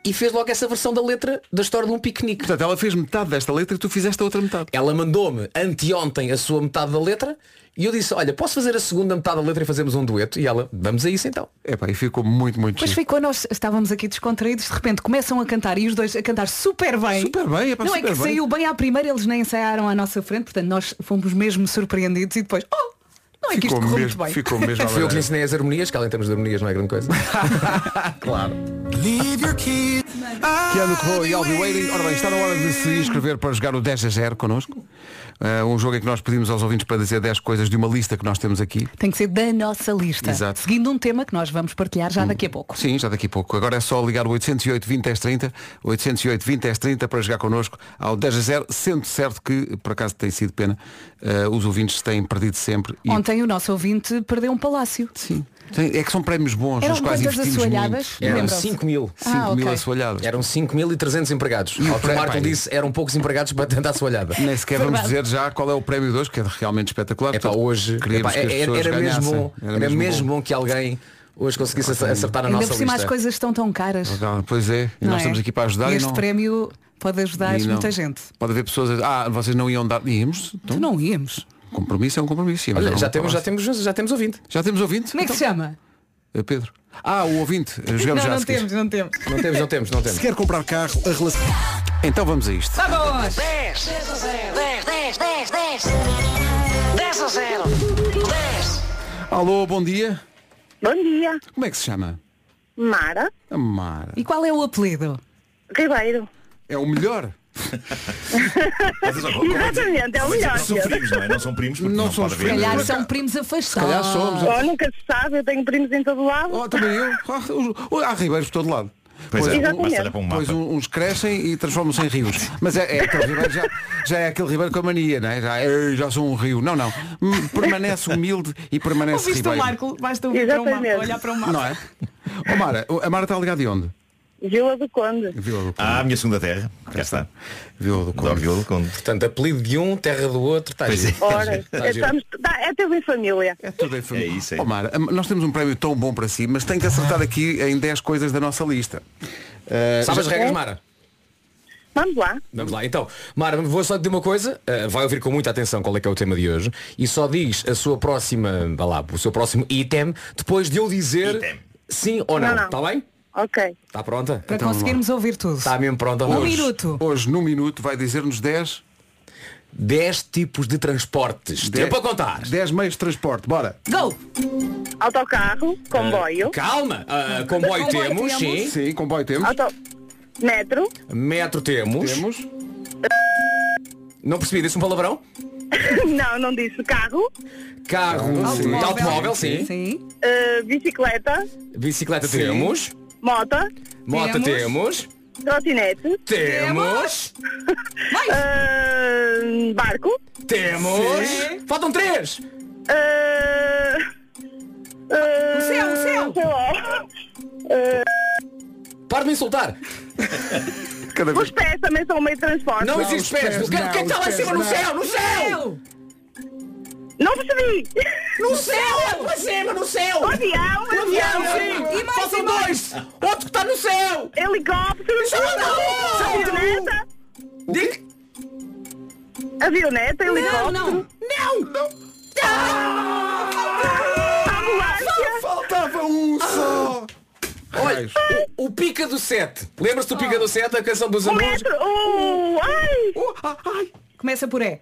Speaker 6: e fez logo essa versão da letra da história de um piquenique.
Speaker 1: Portanto, ela fez metade desta letra e tu fizeste a outra metade.
Speaker 6: Ela mandou-me anteontem a sua metade da letra e eu disse, olha, posso fazer a segunda metade da letra e fazermos um dueto? E ela, vamos a isso então.
Speaker 1: Epá, e ficou muito, muito
Speaker 3: Pois
Speaker 1: giro.
Speaker 3: ficou, nós estávamos aqui descontraídos, de repente começam a cantar e os dois a cantar super bem.
Speaker 1: Super bem, é pá,
Speaker 3: Não é
Speaker 1: super
Speaker 3: que
Speaker 1: bem.
Speaker 3: saiu bem à primeira, eles nem ensaiaram à nossa frente, portanto nós fomos mesmo surpreendidos e depois, oh, não é que isto
Speaker 1: Ficou
Speaker 3: correu
Speaker 1: mesmo,
Speaker 3: muito bem.
Speaker 1: ficou mesmo à
Speaker 6: Foi eu que lhe
Speaker 1: maneira.
Speaker 6: ensinei as harmonias, que além temos de harmonias não é grande coisa. claro.
Speaker 1: Keanu Crowe e Albi Waiting. Ora bem, está na É hora de se inscrever para jogar o 10 a 0 connosco. Uh, um jogo em que nós pedimos aos ouvintes para dizer 10 coisas de uma lista que nós temos aqui.
Speaker 3: Tem que ser da nossa lista.
Speaker 1: Exato. Hum.
Speaker 3: Seguindo um tema que nós vamos partilhar já daqui a pouco.
Speaker 1: Sim, já daqui a pouco. Agora é só ligar o 808 20 10 30, 808 20 10 30 para jogar connosco ao 10 a 0, sendo certo que, por acaso tem sido pena, uh, os ouvintes têm perdido sempre. E...
Speaker 3: Ontem o nosso ouvinte perdeu um palácio.
Speaker 1: Sim. Tem- É que são prémios bons,
Speaker 3: Eram
Speaker 1: nos quais
Speaker 3: quantas
Speaker 1: investimos
Speaker 3: assoalhadas?
Speaker 1: muito.
Speaker 6: Eram
Speaker 3: Lembram-se?
Speaker 6: 5 mil.
Speaker 1: 5
Speaker 3: Ah,
Speaker 1: mil
Speaker 3: ok.
Speaker 1: assoalhadas.
Speaker 6: Eram 5.300 empregados.
Speaker 1: E o
Speaker 6: Ao que o Marco
Speaker 1: pré-pai?
Speaker 6: disse, eram poucos empregados para tentar a soalhada.
Speaker 1: Nem sequer vamos
Speaker 3: Verdade.
Speaker 1: dizer já qual é o prémio de hoje, que é realmente espetacular.
Speaker 6: É para
Speaker 1: Portanto,
Speaker 6: hoje.
Speaker 1: queríamos
Speaker 6: epá,
Speaker 1: que
Speaker 6: é,
Speaker 1: as
Speaker 6: era,
Speaker 1: pessoas
Speaker 6: era mesmo,
Speaker 1: ganhassem.
Speaker 6: bom, era mesmo, bom. que alguém hoje conseguisse acertar na
Speaker 3: Ainda
Speaker 6: nossa
Speaker 3: por cima as
Speaker 6: lista.
Speaker 3: coisas estão tão caras.
Speaker 1: Legal, Pois é, e
Speaker 3: não
Speaker 1: nós
Speaker 3: é?
Speaker 1: estamos aqui para ajudar
Speaker 3: E
Speaker 1: e
Speaker 3: este
Speaker 1: não-
Speaker 3: prémio pode ajudar
Speaker 1: e não-
Speaker 3: muita gente.
Speaker 1: Pode haver pessoas a dizer, ah, vocês não iam dar. Íamos?
Speaker 3: Tu
Speaker 1: Então,
Speaker 3: não íamos.
Speaker 1: compromisso é um compromisso. íamos dar
Speaker 6: Olha,
Speaker 1: um
Speaker 6: já temos, já
Speaker 1: abraço.
Speaker 6: temos, já temos ouvinte.
Speaker 1: Já temos ouvinte? Então,
Speaker 3: Como é que se chama?
Speaker 1: Eh, Pedro. Ah, o ouvinte. Eh, Jogamos
Speaker 3: não,
Speaker 1: já a
Speaker 3: não
Speaker 1: seguir.
Speaker 3: temos, não temos.
Speaker 6: Não temos, não temos, não temos.
Speaker 2: Se quer comprar carro, a relação...
Speaker 1: Então vamos a isto.
Speaker 3: Vamos!
Speaker 9: 10 a 0. 10, 10, 10, 10. 10 a 0. 10.
Speaker 1: Alô, bom dia.
Speaker 10: Bom dia,
Speaker 1: Como é que se chama?
Speaker 10: Mara
Speaker 1: A Mara.
Speaker 3: E qual é o apelido?
Speaker 10: Ribeiro.
Speaker 1: É o melhor.
Speaker 10: Exatamente, é o melhor.
Speaker 11: Não são primos, não é? Não são primos porque
Speaker 1: Não
Speaker 11: não,
Speaker 1: somos
Speaker 11: pode
Speaker 3: Se
Speaker 11: haver.
Speaker 3: calhar são primos afastados.
Speaker 1: Calhar somos. é.
Speaker 10: Oh, nunca se sabe, eu tenho primos em todo lado.
Speaker 1: Oh, também eu. Ah, os- oh, Há ribeiros por todo lado.
Speaker 11: Pois é,
Speaker 10: Exatamente.
Speaker 11: basta olhar para um mapa.
Speaker 1: Pois um- uns crescem e transformam-se em rios. Mas é, é aquele ribeiro já, já é aquele ribeiro com a mania, não é? Já, "Ei, já sou um rio. Não, não. Hum, Permanece humilde e permanece
Speaker 3: Ouviste o
Speaker 1: ribeiro.
Speaker 3: Marco? Basta ouvir para o Marco,
Speaker 10: Exatamente.
Speaker 3: olhar para o Marco.
Speaker 1: Não é? Ó Mara, a Mara está ligada de onde?
Speaker 10: Vila do Conde.
Speaker 1: Vila do
Speaker 11: Ah, a minha segunda terra. Cá está.
Speaker 1: Vila do
Speaker 11: Adoro Vila do Conde.
Speaker 6: Portanto, apelido de um, terra do outro, está
Speaker 11: Pois
Speaker 6: giro.
Speaker 11: é.
Speaker 10: Ora,
Speaker 6: Está giro.
Speaker 10: estamos, tá, é tudo em família.
Speaker 1: É tudo em família.
Speaker 11: É isso, é
Speaker 1: Ó,
Speaker 11: isso.
Speaker 1: Mara, hum, nós temos um prémio tão bom para si, mas tem que acertar aqui em 10 coisas da nossa lista. Eh,
Speaker 6: Sabe as regras, Mara?
Speaker 10: Vamos lá.
Speaker 6: Vamos lá, então, Mara, vou só dizer uma coisa, eh, vai ouvir com muita atenção qual é que é o tema de hoje e só diz a sua próxima, vá lá, o seu próximo item depois de eu dizer
Speaker 11: Item.
Speaker 6: sim ou não,
Speaker 10: Não, não.
Speaker 6: está bem?
Speaker 10: Ok.
Speaker 6: Está pronta?
Speaker 3: Para
Speaker 1: Então,
Speaker 3: conseguirmos ouvir tudo.
Speaker 6: Está mesmo pronta
Speaker 3: Um
Speaker 6: hoje.
Speaker 3: minuto.
Speaker 1: Hoje, num minuto, vai dizer-nos 10,
Speaker 6: 10 tipos de transportes. Tempo a contar.
Speaker 1: 10 meios de transporte. Bora.
Speaker 3: Go!
Speaker 10: Autocarro, comboio,
Speaker 6: Ah, Calma, ah, comboio,
Speaker 3: Comboio
Speaker 6: temos,
Speaker 3: temos.
Speaker 6: sim.
Speaker 1: Sim, comboio temos.
Speaker 10: auto... metro,
Speaker 6: Metro temos.
Speaker 1: Temos.
Speaker 6: Não percebi, disse um palavrão?
Speaker 10: não, não disse. Carro.
Speaker 6: Carro,
Speaker 10: Automóvel.
Speaker 6: sim. automóvel, sim.
Speaker 10: Eh, bicicleta.
Speaker 6: Bicicleta
Speaker 10: Sim.
Speaker 6: temos.
Speaker 10: Moto.
Speaker 6: Moto temos.
Speaker 10: Trotinete.
Speaker 6: Temos.
Speaker 10: Eh, barco.
Speaker 6: Temos. Faltam três.
Speaker 10: Ah, o
Speaker 9: seu, o seu.
Speaker 10: Sei lá.
Speaker 6: Para de me insultar.
Speaker 10: Os pés também são um meio de transporte.
Speaker 6: Não existe pés. O que o que é que está lá em cima no céu? No céu!
Speaker 10: Não percebi.
Speaker 9: No céu,
Speaker 6: é
Speaker 9: lá para cima, no céu.
Speaker 10: O avião, é
Speaker 9: O avião, sim.
Speaker 10: E mais,
Speaker 9: Faltam
Speaker 10: e
Speaker 9: dois.
Speaker 10: mais.
Speaker 9: Outro que
Speaker 1: tá
Speaker 9: está no céu.
Speaker 10: Helicóptero.
Speaker 9: Isso é bom.
Speaker 10: Avioneta.
Speaker 6: Diga.
Speaker 10: Avioneta, helicóptero.
Speaker 9: não. Não.
Speaker 10: Ambulância.
Speaker 1: Ah! Faltava um só.
Speaker 6: Olha, o, o Pica do 7. Lembra-se do
Speaker 3: Oh.
Speaker 6: Pica do 7, a canção dos
Speaker 3: é
Speaker 6: amores?
Speaker 3: Uh, Começa por E.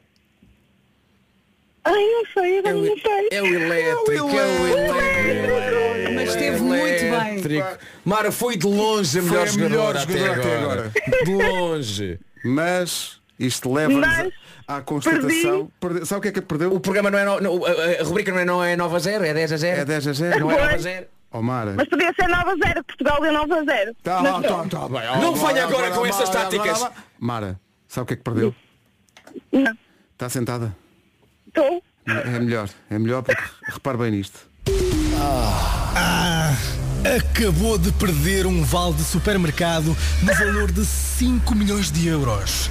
Speaker 10: Ai, não sei, agora não sei.
Speaker 6: É o elétrico, é o elétrico.
Speaker 3: Mas esteve muito bem.
Speaker 6: Elétrico. Mara foi de longe a
Speaker 1: Foi
Speaker 6: melhor,
Speaker 1: a melhor
Speaker 6: jogadora,
Speaker 1: jogadora
Speaker 6: até
Speaker 1: até
Speaker 6: agora. De longe.
Speaker 1: Mas isto leva-nos a-
Speaker 6: Mas
Speaker 1: à constatação. Perde- Sabe o que é que perdeu?
Speaker 6: O programa não é. no- não, a, a rubrica não é, não é 9 a 0, é 10 a 0.
Speaker 1: É 10 a 0.
Speaker 6: Não é
Speaker 10: Pois.
Speaker 6: 9 a 0.
Speaker 1: Oh, Mara.
Speaker 10: Mas podia ser 9 a 0, Portugal deu 9 a 0.
Speaker 1: Tá
Speaker 6: Ah,
Speaker 1: lá, tá, tá bem. Oh,
Speaker 6: Não
Speaker 1: bora,
Speaker 6: venha agora
Speaker 1: bora,
Speaker 6: com
Speaker 1: bora,
Speaker 6: essas
Speaker 1: bora,
Speaker 6: táticas.
Speaker 1: bora, bora. Mara, sabe o que é que perdeu?
Speaker 10: Não.
Speaker 1: Está sentada?
Speaker 10: Estou.
Speaker 1: É melhor, é melhor porque repare bem nisto.
Speaker 12: Ah, acabou de perder um vale de supermercado no valor de 5 milhões de euros.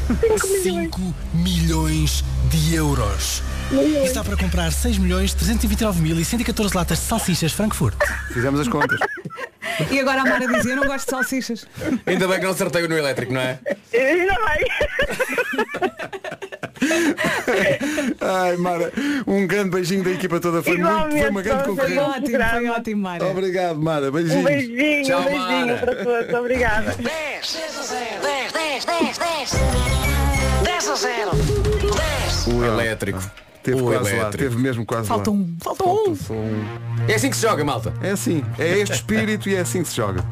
Speaker 12: 5 milhões de euros.
Speaker 9: Milhões.
Speaker 12: Está para comprar 6 milhões 329 mil e 114 latas de salsichas Frankfurt.
Speaker 1: Fizemos as contas.
Speaker 3: E agora a Mara diz, eu não gosto de salsichas.
Speaker 6: Ainda bem que não acertei o no elétrico, não é?
Speaker 10: Ainda bem.
Speaker 1: Ai, Mara, um grande beijinho da equipa toda. Foi, muito, foi uma grande
Speaker 3: foi
Speaker 1: concorrência.
Speaker 3: ótimo, foi ótimo, Mara.
Speaker 1: Obrigado, Mara. Beijinhos.
Speaker 10: Um beijinho,
Speaker 1: Tchau,
Speaker 10: um beijinho
Speaker 1: Mara.
Speaker 10: para todos. Obrigada.
Speaker 9: 10, 10 a 0. 10, 10, 10, 10. 10 a 0. 10.
Speaker 1: O
Speaker 6: elétrico.
Speaker 1: Teve
Speaker 6: O
Speaker 1: quase lá,
Speaker 6: elétrico.
Speaker 1: teve mesmo quase
Speaker 6: Falta
Speaker 1: lá.
Speaker 6: um,
Speaker 1: falta um.
Speaker 6: É assim que se joga, malta.
Speaker 1: É assim, é este espírito e é assim que se joga.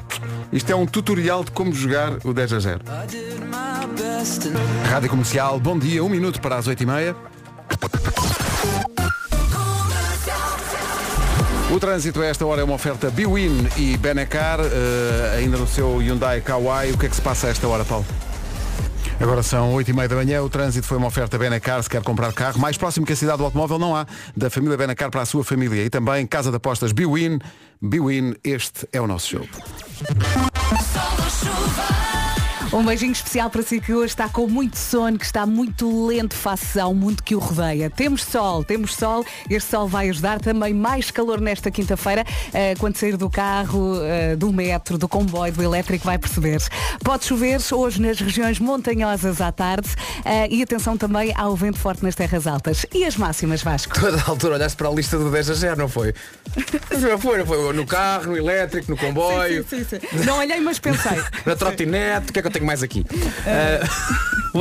Speaker 1: Isto é um tutorial de como jogar o 10 a 0. Rádio Comercial, bom dia, um minuto para as 8h30. O trânsito a esta hora é uma oferta Biwin e Benacar, eh, ainda no seu Hyundai Kauai. O que é que se passa a esta hora, Paulo? Agora são 8h30 da manhã, o trânsito foi uma oferta Benacar, se quer comprar carro. Mais próximo que a cidade do automóvel não há, da família Benacar para a sua família. E também Casa de Apostas Biwin. Biwin, este é o nosso jogo.
Speaker 3: Um beijinho especial para si que hoje está com muito sono, que está muito lento face ao mundo que o rodeia. Temos sol, temos sol, este sol vai ajudar também mais calor nesta quinta-feira, eh, quando sair do carro, eh, do metro, do comboio, do elétrico, vai perceber. Pode chover hoje nas regiões montanhosas à tarde eh, e atenção também ao vento forte nas terras altas. E as máximas, Vasco?
Speaker 6: Toda a altura olhaste para a lista do 10 a 0, não foi? Não foi, não foi. No carro, no elétrico, no comboio.
Speaker 3: Sim, sim, sim. Não olhei, mas pensei.
Speaker 6: Na trotinete, o que é que eu tenho mais aqui? Ah,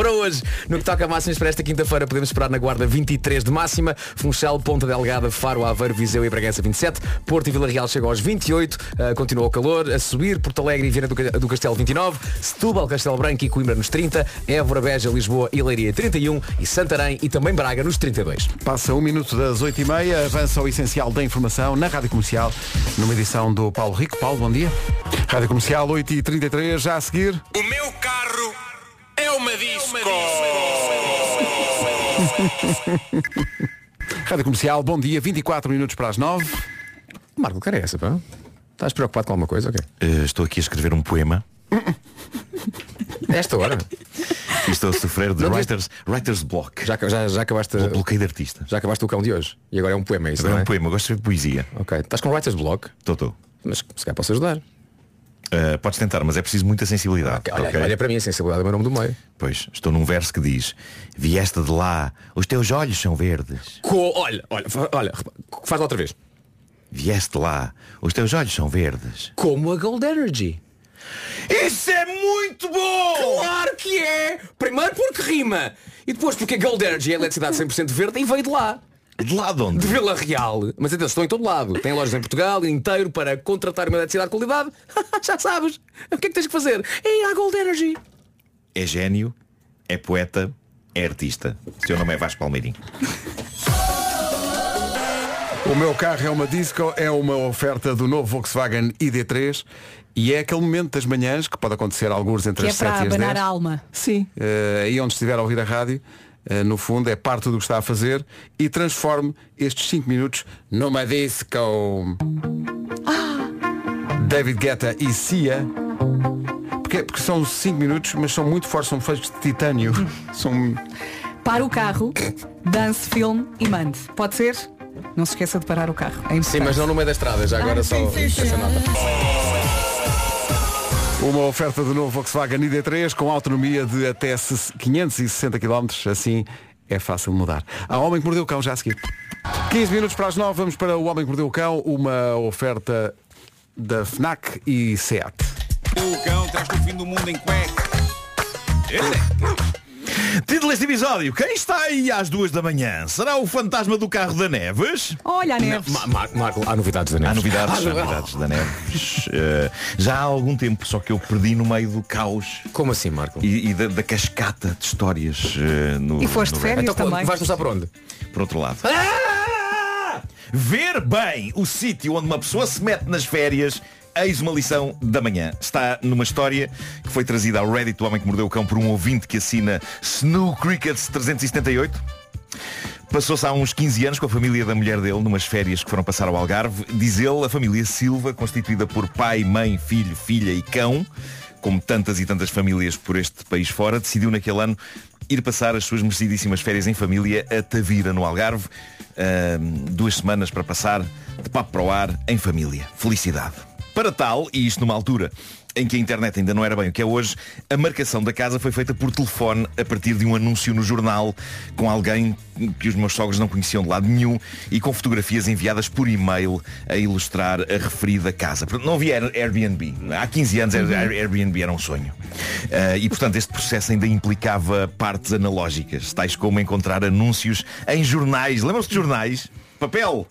Speaker 6: para hoje, no que toca a máximas para esta quinta-feira, podemos esperar na guarda 23 de máxima, Funchal, Ponta Delgada, Faro, Aveiro, Viseu e Bragança 27, Porto e Vila Real chegam aos 28, ah, continua o calor, a subir, Porto Alegre e Viana do, Ca- do Castelo 29, Setúbal, Castelo Branco e Coimbra nos 30, Évora, Beja, Lisboa e Leiria 31 e Santarém e também Braga nos 32.
Speaker 1: Passa um minuto das 8h30, avança o essencial da informação na Rádio Comercial, numa edição do Paulo Rico. Paulo, bom dia. Rádio Comercial, 8h33, já a seguir.
Speaker 9: O meu carro é uma disco.
Speaker 1: Rádio Comercial, bom dia, 24 minutos para as 9.
Speaker 6: Marco,
Speaker 1: é
Speaker 6: que era essa, pá? Estás preocupado com alguma coisa, ok?
Speaker 11: Eh, estou aqui a escrever um poema
Speaker 6: Esta hora.
Speaker 11: e estou a sofrer de
Speaker 6: Não tens-
Speaker 11: writers, writers block.
Speaker 6: Já, já, já acabaste.
Speaker 11: Bloqueio de artista.
Speaker 6: Já acabaste o cão de hoje. E agora é um poema, é isso,
Speaker 11: Agora
Speaker 6: não
Speaker 11: é
Speaker 6: é?
Speaker 11: um poema, eu gosto de ver poesia.
Speaker 6: Ok. Estás com writers block?
Speaker 11: Estou, estou.
Speaker 6: Mas se calhar posso ajudar.
Speaker 11: Eh, podes tentar, mas é preciso muita sensibilidade.
Speaker 6: Olha,
Speaker 11: ok?
Speaker 6: olha para mim, a sensibilidade é o meu nome do meio.
Speaker 11: Pois, estou num verso que diz Vieste de lá, os teus olhos são verdes
Speaker 6: Co- olha, olha, fa- olha, repa- faz lá outra vez.
Speaker 11: Vieste de lá, os teus olhos são verdes
Speaker 6: Como a Gold Energy. Isso é muito bom! Claro que é! Primeiro porque rima. E depois porque a Gold Energy é eletricidade 100% verde e veio de lá.
Speaker 11: De lá de onde?
Speaker 6: De Vila Real. Mas atenção, estão em todo lado. Tem lojas em Portugal inteiro para contratar uma eletricidade de qualidade. Já sabes. O que é que tens que fazer? É ir à Gold Energy.
Speaker 11: É gênio, é poeta, é artista. Seu nome é Vasco Palmeirim.
Speaker 1: O meu carro é uma disco, é uma oferta do novo Volkswagen ID3 e é aquele momento das manhãs que pode acontecer alguns entre
Speaker 3: Que é
Speaker 1: as 7
Speaker 3: para
Speaker 1: e as 10.
Speaker 3: abanar a alma.
Speaker 1: Sim. Eh, aí onde estiver a ouvir a rádio, eh, no fundo é parte do que está a fazer e transforme estes 5 minutos numa disco. David Guetta e Cia. Porque, porque são 5 minutos, mas são muito fortes, são feitos de titânio. são.
Speaker 3: Para o carro, dance, filme e mande. Pode ser? Não se esqueça de parar o carro. É
Speaker 6: Sim, mas não no meio da estrada, já agora
Speaker 3: Ah,
Speaker 6: só
Speaker 3: sim, sim, sim.
Speaker 6: essa nota.
Speaker 1: Uma oferta do novo Volkswagen ID3 com autonomia de até 560 km, assim é fácil mudar. Há Homem que Mordeu o Cão já a seguir. 15 minutos para as 9, vamos para o Homem que Mordeu o Cão, uma oferta da FNAC e SEAT.
Speaker 13: O cão traz o fim do mundo em cueca.
Speaker 11: Título deste episódio, quem está aí às duas da manhã? Será o fantasma do carro da Neves?
Speaker 3: Olha, a Neves.
Speaker 11: Marco, há novidades da Neves. Ah, Há novidades, há novidades da Neves. Eh, já há algum tempo, só que eu perdi no meio do caos.
Speaker 6: Como assim, Marco?
Speaker 11: E, e da, da cascata de histórias eh, no.
Speaker 6: E foste
Speaker 11: no
Speaker 6: de férias
Speaker 11: Então, qual-
Speaker 6: também?
Speaker 11: Vais começar por onde? Por outro lado. Ver bem o sítio onde uma pessoa se mete nas férias. Eis uma lição da manhã. Está numa história que foi trazida ao Reddit do Homem que Mordeu o Cão por um ouvinte que assina Snoo Crickets 378. Passou-se há uns 15 anos com a família da mulher dele, numas férias que foram passar ao Algarve. Diz ele, a família Silva, constituída por pai, mãe, filho, filha e cão, como tantas e tantas famílias por este país fora, decidiu naquele ano ir passar as suas merecidíssimas férias em família a Tavira, no Algarve. Ahm, duas semanas para passar de papo para o ar em família. Felicidade. Para tal, e isto numa altura em que a internet ainda não era bem o que é hoje, a marcação da casa foi feita por telefone a partir de um anúncio no jornal com alguém que os meus sogros não conheciam de lado nenhum e com fotografias enviadas por e-mail a ilustrar a referida casa. Portanto, não havia Air- Airbnb. Há 15 anos Air- Air- Airbnb era um sonho. Ah, e, portanto, este processo ainda implicava partes analógicas, tais como encontrar anúncios em jornais. Lembram-se de jornais? Papel!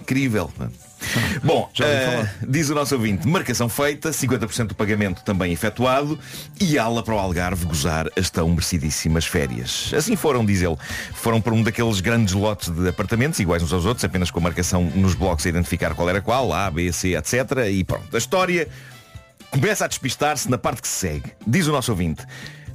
Speaker 11: Incrível. é? Bom, eh, diz o nosso ouvinte, marcação feita, 50% do pagamento também efetuado e ala para o Algarve gozar as tão merecidíssimas férias. Assim foram, diz ele. Foram para um daqueles grandes lotes de apartamentos, iguais uns aos outros, apenas com a marcação nos blocos a identificar qual era qual, A, B, C, etc. E pronto, a história começa a despistar-se na parte que se segue. Diz o nosso ouvinte,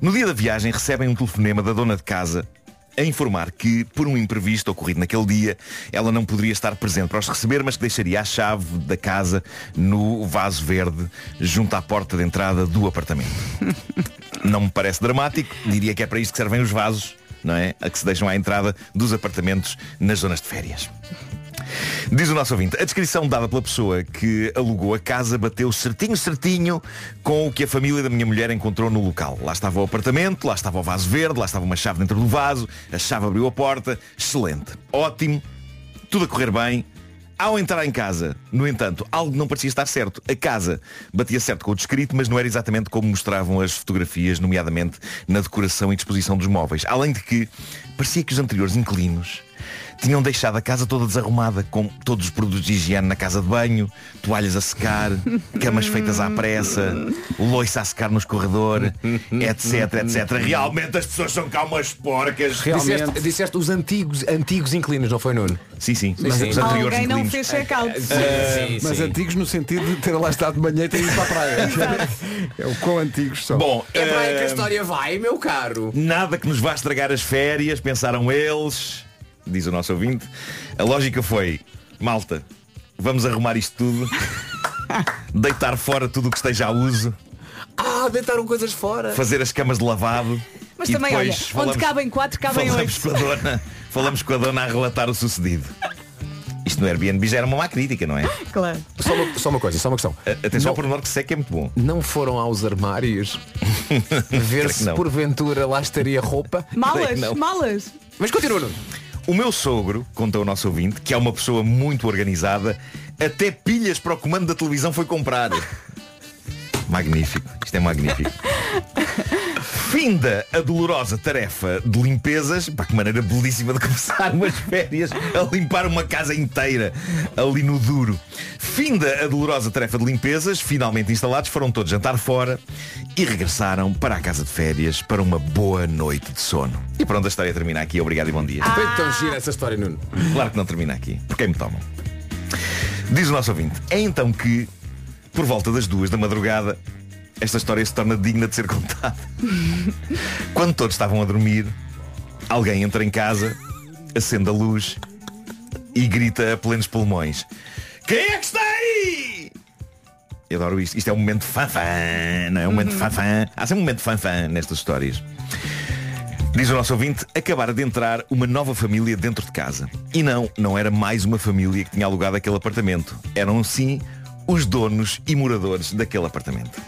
Speaker 11: no dia da viagem recebem um telefonema da dona de casa a informar que, por um imprevisto ocorrido naquele dia, ela não poderia estar presente para os receber, mas que deixaria a chave da casa no vaso verde junto à porta de entrada do apartamento. Não me parece dramático, diria que é para isto que servem os vasos, não é? A que se deixam à entrada dos apartamentos nas zonas de férias. Diz o nosso ouvinte, a descrição dada pela pessoa que alugou a casa bateu certinho, certinho com o que a família da minha mulher encontrou no local. Lá estava o apartamento, lá estava o vaso verde, lá estava uma chave dentro do vaso, a chave abriu a porta, excelente, ótimo, tudo a correr bem. Ao entrar em casa, no entanto, algo não parecia estar certo. A casa batia certo com o descrito, mas não era exatamente como mostravam as fotografias, nomeadamente na decoração e disposição dos móveis. Além de que, parecia que os anteriores inquilinos tinham deixado a casa toda desarrumada, com todos os produtos de higiene na casa de banho, toalhas a secar, camas feitas à pressa, loiça a secar no escorredor, etc, etc. Realmente as pessoas são cá umas porcas.
Speaker 6: Disseste, disseste os antigos, antigos inclinos, não foi Nuno?
Speaker 11: Sim, sim.
Speaker 1: Mas os anteriores Alguém não inquilinos. fez
Speaker 6: Ah,
Speaker 3: check-out.
Speaker 6: Sim, sim,
Speaker 1: Eh, Mas
Speaker 6: sim.
Speaker 1: antigos no sentido de ter lá estado de manhã e ter ido para a praia. é o quão antigos são.
Speaker 11: Bom,
Speaker 6: É para aí que a
Speaker 11: eh,
Speaker 6: história vai, meu caro.
Speaker 11: Nada que nos vá estragar as férias, pensaram eles, diz o nosso ouvinte. A lógica foi, malta, vamos arrumar isto tudo, deitar fora tudo o que esteja a uso,
Speaker 3: Ah, deitaram coisas fora.
Speaker 11: fazer as camas de lavado.
Speaker 3: Mas
Speaker 11: e
Speaker 3: também, olha,
Speaker 11: depois
Speaker 3: onde
Speaker 11: falamos,
Speaker 3: cabem quatro, cabem
Speaker 11: falamos
Speaker 3: oito.
Speaker 11: com a dona, falamos com a dona a relatar o sucedido. Isto no Airbnb já era uma má crítica, não é?
Speaker 3: Claro.
Speaker 6: Só uma, só uma coisa, só uma questão.
Speaker 11: Atenção ao pormenor que sei que é muito bom.
Speaker 6: ah, Não foram aos armários ver
Speaker 11: Creio que
Speaker 6: se
Speaker 11: não.
Speaker 6: porventura lá estaria roupa.
Speaker 11: Creio que
Speaker 3: Malas,
Speaker 11: não.
Speaker 3: malas.
Speaker 6: Mas continua, Nuno.
Speaker 11: O meu sogro, conta o nosso ouvinte, que é uma pessoa muito organizada, até pilhas para o comando da televisão foi comprar. magnífico, isto é magnífico. Finda a dolorosa tarefa de limpezas. Pá, que maneira belíssima de começar umas férias a limpar uma casa inteira ali no duro. Finda a dolorosa tarefa de limpezas, finalmente instalados, foram todos jantar fora e regressaram para a casa de férias para uma boa noite de sono. E pronto, a história termina aqui. Obrigado e bom dia.
Speaker 6: Foi tão gira essa história, Nuno.
Speaker 11: Claro que não termina aqui. Por quem me tomam? Diz o nosso ouvinte. É então que, por volta das duas da madrugada, esta história se torna digna de ser contada. Quando todos estavam a dormir, alguém entra em casa, acende a luz e grita a plenos pulmões. Quem é que está aí? Eu adoro isto. Isto é um momento de fanfã, não é? Um momento de fanfã. Há sempre um momento de fanfã nestas histórias. Diz o nosso ouvinte, acabara de entrar uma nova família dentro de casa. E não, não era mais uma família que tinha alugado aquele apartamento. Eram sim os donos e moradores daquele apartamento.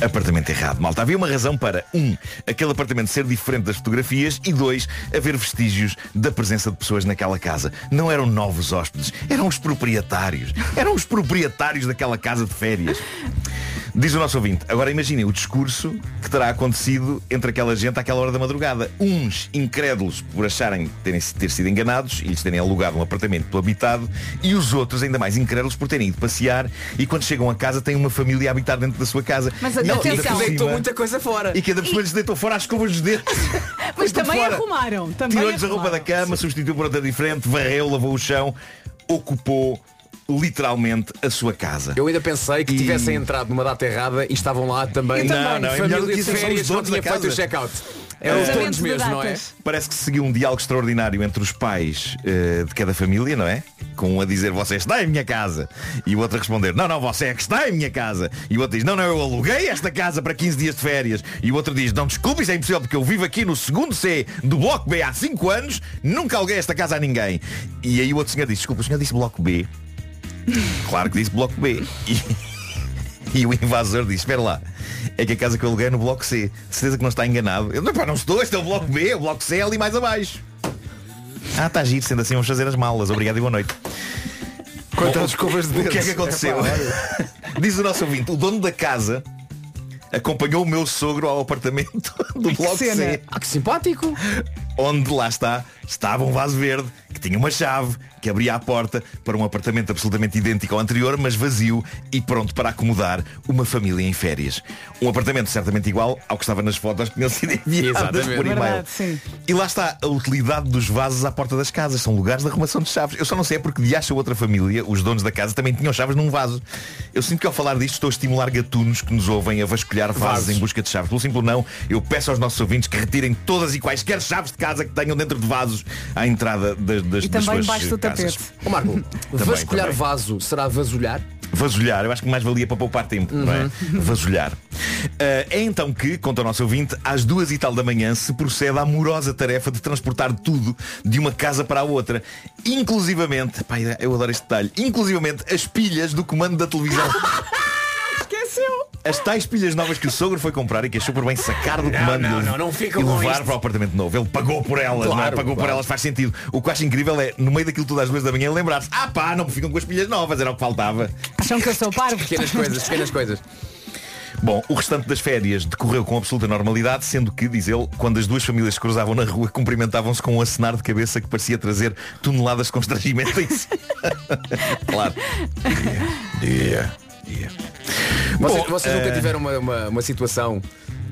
Speaker 11: Apartamento errado, malta. Havia uma razão para, um, aquele apartamento ser diferente das fotografias e, dois, haver vestígios da presença de pessoas naquela casa. Não eram novos hóspedes, eram os proprietários. Eram os proprietários daquela casa de férias. Diz o nosso ouvinte, agora imaginem o discurso que terá acontecido entre aquela gente àquela hora da madrugada. Uns incrédulos por acharem terem, ter sido enganados e lhes terem alugado um apartamento pelo habitado e os outros ainda mais incrédulos por terem ido passear e quando chegam a casa têm uma família a habitar dentro da sua casa.
Speaker 3: Mas
Speaker 11: E
Speaker 3: atenção.
Speaker 11: ainda por
Speaker 3: Deitou
Speaker 11: cima-
Speaker 6: muita coisa fora.
Speaker 11: E que ainda por cima lhes deitou fora as escovas dos dedos.
Speaker 3: Mas
Speaker 11: Deitou
Speaker 3: também
Speaker 11: fora.
Speaker 3: arrumaram. Também é
Speaker 11: Tirou-lhes a
Speaker 3: arrumaram.
Speaker 11: roupa da cama, substituiu por outra diferente, varreu, lavou o chão, ocupou literalmente a sua casa.
Speaker 6: Eu ainda pensei que tivessem entrado numa data errada e estavam lá também.
Speaker 11: Não, não, é melhor do
Speaker 6: família
Speaker 11: que
Speaker 6: de
Speaker 11: isso, são os
Speaker 6: férias, não
Speaker 11: donos
Speaker 6: tinha
Speaker 11: da
Speaker 6: feito o
Speaker 11: casa.
Speaker 6: check-out. Eram os
Speaker 11: É.
Speaker 6: donos mesmo, não é?
Speaker 11: Parece que se seguiu um diálogo extraordinário entre os pais eh, de cada família, não é? Com um a dizer você está em minha casa e o outro a responder não, não, você é que está em minha casa e o outro diz não, não, eu aluguei esta casa para 15 dias de férias e o outro diz não, desculpe, isso é impossível porque eu vivo aqui no segundo C do Bloco B há 5 anos nunca aluguei esta casa a ninguém e aí o outro senhor diz desculpa, o senhor disse Bloco B claro que disse Bloco B e, e o invasor diz espera lá é que a casa que eu aluguei é no Bloco C de certeza que não está enganado eu, não, pá, não estou, este é o Bloco B, o Bloco C é ali mais abaixo ah, está giro, sendo assim vamos fazer as malas. Obrigado e boa noite.
Speaker 1: Quanto
Speaker 11: Bom,
Speaker 1: às escovas de
Speaker 11: O que é que
Speaker 1: dedos.
Speaker 11: aconteceu?
Speaker 1: Epá,
Speaker 11: Diz o nosso ouvinte, o dono da casa acompanhou o meu sogro ao apartamento do Bloco C.
Speaker 6: Ah, que simpático!
Speaker 11: Onde lá está, estava um vaso verde que tinha uma chave que abria a porta para um apartamento absolutamente idêntico ao anterior, mas vazio e pronto para acomodar uma família em férias. Um apartamento certamente igual ao que estava nas fotos que tinham sido
Speaker 10: Ah,
Speaker 11: enviadas por e-mail.
Speaker 3: Verdade, sim.
Speaker 11: E lá está a utilidade dos vasos à porta das casas. São lugares de arrumação de chaves. Eu só não sei é porque de acha outra família, os donos da casa, também tinham chaves num vaso. Eu sinto que ao falar disto estou a estimular gatunos que nos ouvem a vasculhar vasos,
Speaker 6: Vasos.
Speaker 11: em busca de chaves. Pelo simples não, eu peço aos nossos ouvintes que retirem todas e quaisquer chaves de casa que tenham dentro de vasos à entrada das, das,
Speaker 3: E
Speaker 11: das
Speaker 3: também
Speaker 11: suas
Speaker 3: debaixo do
Speaker 11: casas.
Speaker 3: tapete.
Speaker 6: Ô Marco,
Speaker 11: Também,
Speaker 6: vasculhar
Speaker 11: também.
Speaker 6: vaso, será vasulhar?
Speaker 11: Vasulhar, eu acho que mais valia para poupar tempo, não é?
Speaker 6: Uhum.
Speaker 11: Vasulhar. Ah, é então que, conta o nosso ouvinte, às duas e tal da manhã se procede à amorosa tarefa de transportar tudo de uma casa para a outra. Inclusivamente, pá, eu adoro este detalhe, inclusivamente as pilhas do comando da televisão.
Speaker 3: Esqueceu.
Speaker 11: As tais pilhas novas que o sogro foi comprar e que achou por bem sacar do
Speaker 6: Não,
Speaker 11: comando
Speaker 6: não,
Speaker 11: e-
Speaker 6: não, não ficam
Speaker 11: e
Speaker 6: com
Speaker 11: levar
Speaker 6: isto.
Speaker 11: para o apartamento novo. Ele pagou por elas, não é?
Speaker 6: Claro,
Speaker 11: Pagou por
Speaker 6: claro.
Speaker 11: elas, faz sentido. O que eu acho incrível é, no meio daquilo tudo às duas da manhã, lembrar-se, ah pá, não me ficam com as pilhas novas, era o que faltava.
Speaker 3: Acham que eu sou parvo?
Speaker 6: Pequenas coisas, pequenas coisas.
Speaker 11: Bom, o restante das férias decorreu com absoluta normalidade, sendo que, diz ele, quando as duas famílias se cruzavam na rua, cumprimentavam-se com um acenar de cabeça que parecia trazer toneladas de constrangimento em si. claro. Yeah. Yeah.
Speaker 6: Vocês,
Speaker 11: Bom,
Speaker 6: vocês nunca
Speaker 11: eh,
Speaker 6: tiveram uma, uma, uma situação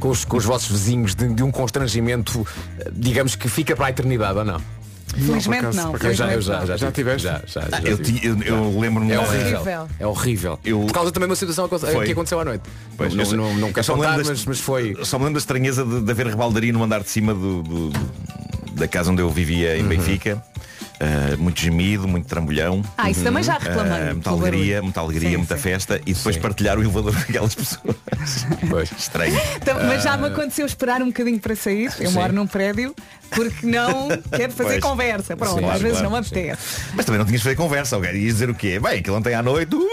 Speaker 6: com os, com os vossos vizinhos de, de um constrangimento, eh, digamos que fica para a eternidade ou não?
Speaker 3: Felizmente
Speaker 6: por acaso,
Speaker 3: não,
Speaker 6: por acaso, já, eu
Speaker 3: felizmente
Speaker 6: já,
Speaker 3: não.
Speaker 6: já,
Speaker 3: Já
Speaker 6: tive. Já, já, já
Speaker 11: Ah, eu
Speaker 6: tive.
Speaker 11: ti- eu- eu lembro-me
Speaker 6: É
Speaker 11: de-
Speaker 6: horrível. É horrível.
Speaker 11: Eu-
Speaker 6: Por causa também de uma situação aco-
Speaker 11: Foi.
Speaker 6: que aconteceu à noite.
Speaker 11: Pois,
Speaker 6: não,
Speaker 11: eu só-
Speaker 6: não, não
Speaker 11: eu
Speaker 6: quero
Speaker 11: só me lembro
Speaker 6: contar,
Speaker 11: das-
Speaker 6: mas, mas foi.
Speaker 11: Só me lembro da estranheza de, de haver rebaldaria no andar de cima do, do- do- da casa onde eu vivia
Speaker 6: Uhum.
Speaker 11: em Benfica. Ah, muito gemido, muito trambolhão.
Speaker 3: Ah, isso também já reclamei,
Speaker 11: Ah, muita
Speaker 3: pelo
Speaker 11: alegria,
Speaker 3: barulho.
Speaker 11: muita alegria,
Speaker 3: Sim,
Speaker 11: muita
Speaker 3: sim.
Speaker 11: festa e depois partilhar o elevador com aquelas pessoas. Estranho.
Speaker 3: Então, mas já me
Speaker 11: Ah,
Speaker 3: aconteceu esperar um bocadinho para sair. Eu
Speaker 11: Sim.
Speaker 3: moro num prédio porque não quero fazer
Speaker 11: Pois.
Speaker 3: conversa. Pronto,
Speaker 11: Sim,
Speaker 3: às
Speaker 11: claro,
Speaker 3: vezes
Speaker 11: claro,
Speaker 3: não me
Speaker 11: sim.
Speaker 3: apetece.
Speaker 11: Mas também não tinhas de fazer conversa, alguém ias dizer o quê? Bem, aquilo ontem à noite. uh,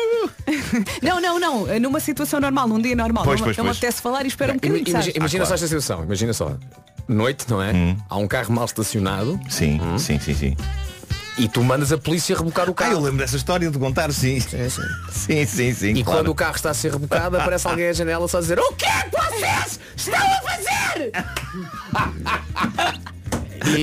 Speaker 3: Não, não, não. Numa situação normal, num dia normal.
Speaker 11: Pois,
Speaker 3: não,
Speaker 11: pois,
Speaker 3: não
Speaker 11: pois.
Speaker 3: me apetece falar e espero um
Speaker 6: Ima-
Speaker 3: bocadinho.
Speaker 6: Imagina,
Speaker 3: sabes?
Speaker 6: imagina
Speaker 11: Ah,
Speaker 6: só
Speaker 11: claro. Hum.
Speaker 6: esta situação, imagina só. Noite, não é? Há um carro mal estacionado. Hum.
Speaker 11: Sim, sim, sim, sim.
Speaker 6: E tu mandas a polícia rebocar o carro.
Speaker 11: Ah, eu lembro dessa história de contar, sim.
Speaker 6: Sim, sim.
Speaker 11: Sim, sim, sim.
Speaker 6: E
Speaker 11: claro.
Speaker 6: quando o carro está a ser rebocado, aparece alguém à janela só a dizer O que é que você
Speaker 9: fez! Estão a fazer!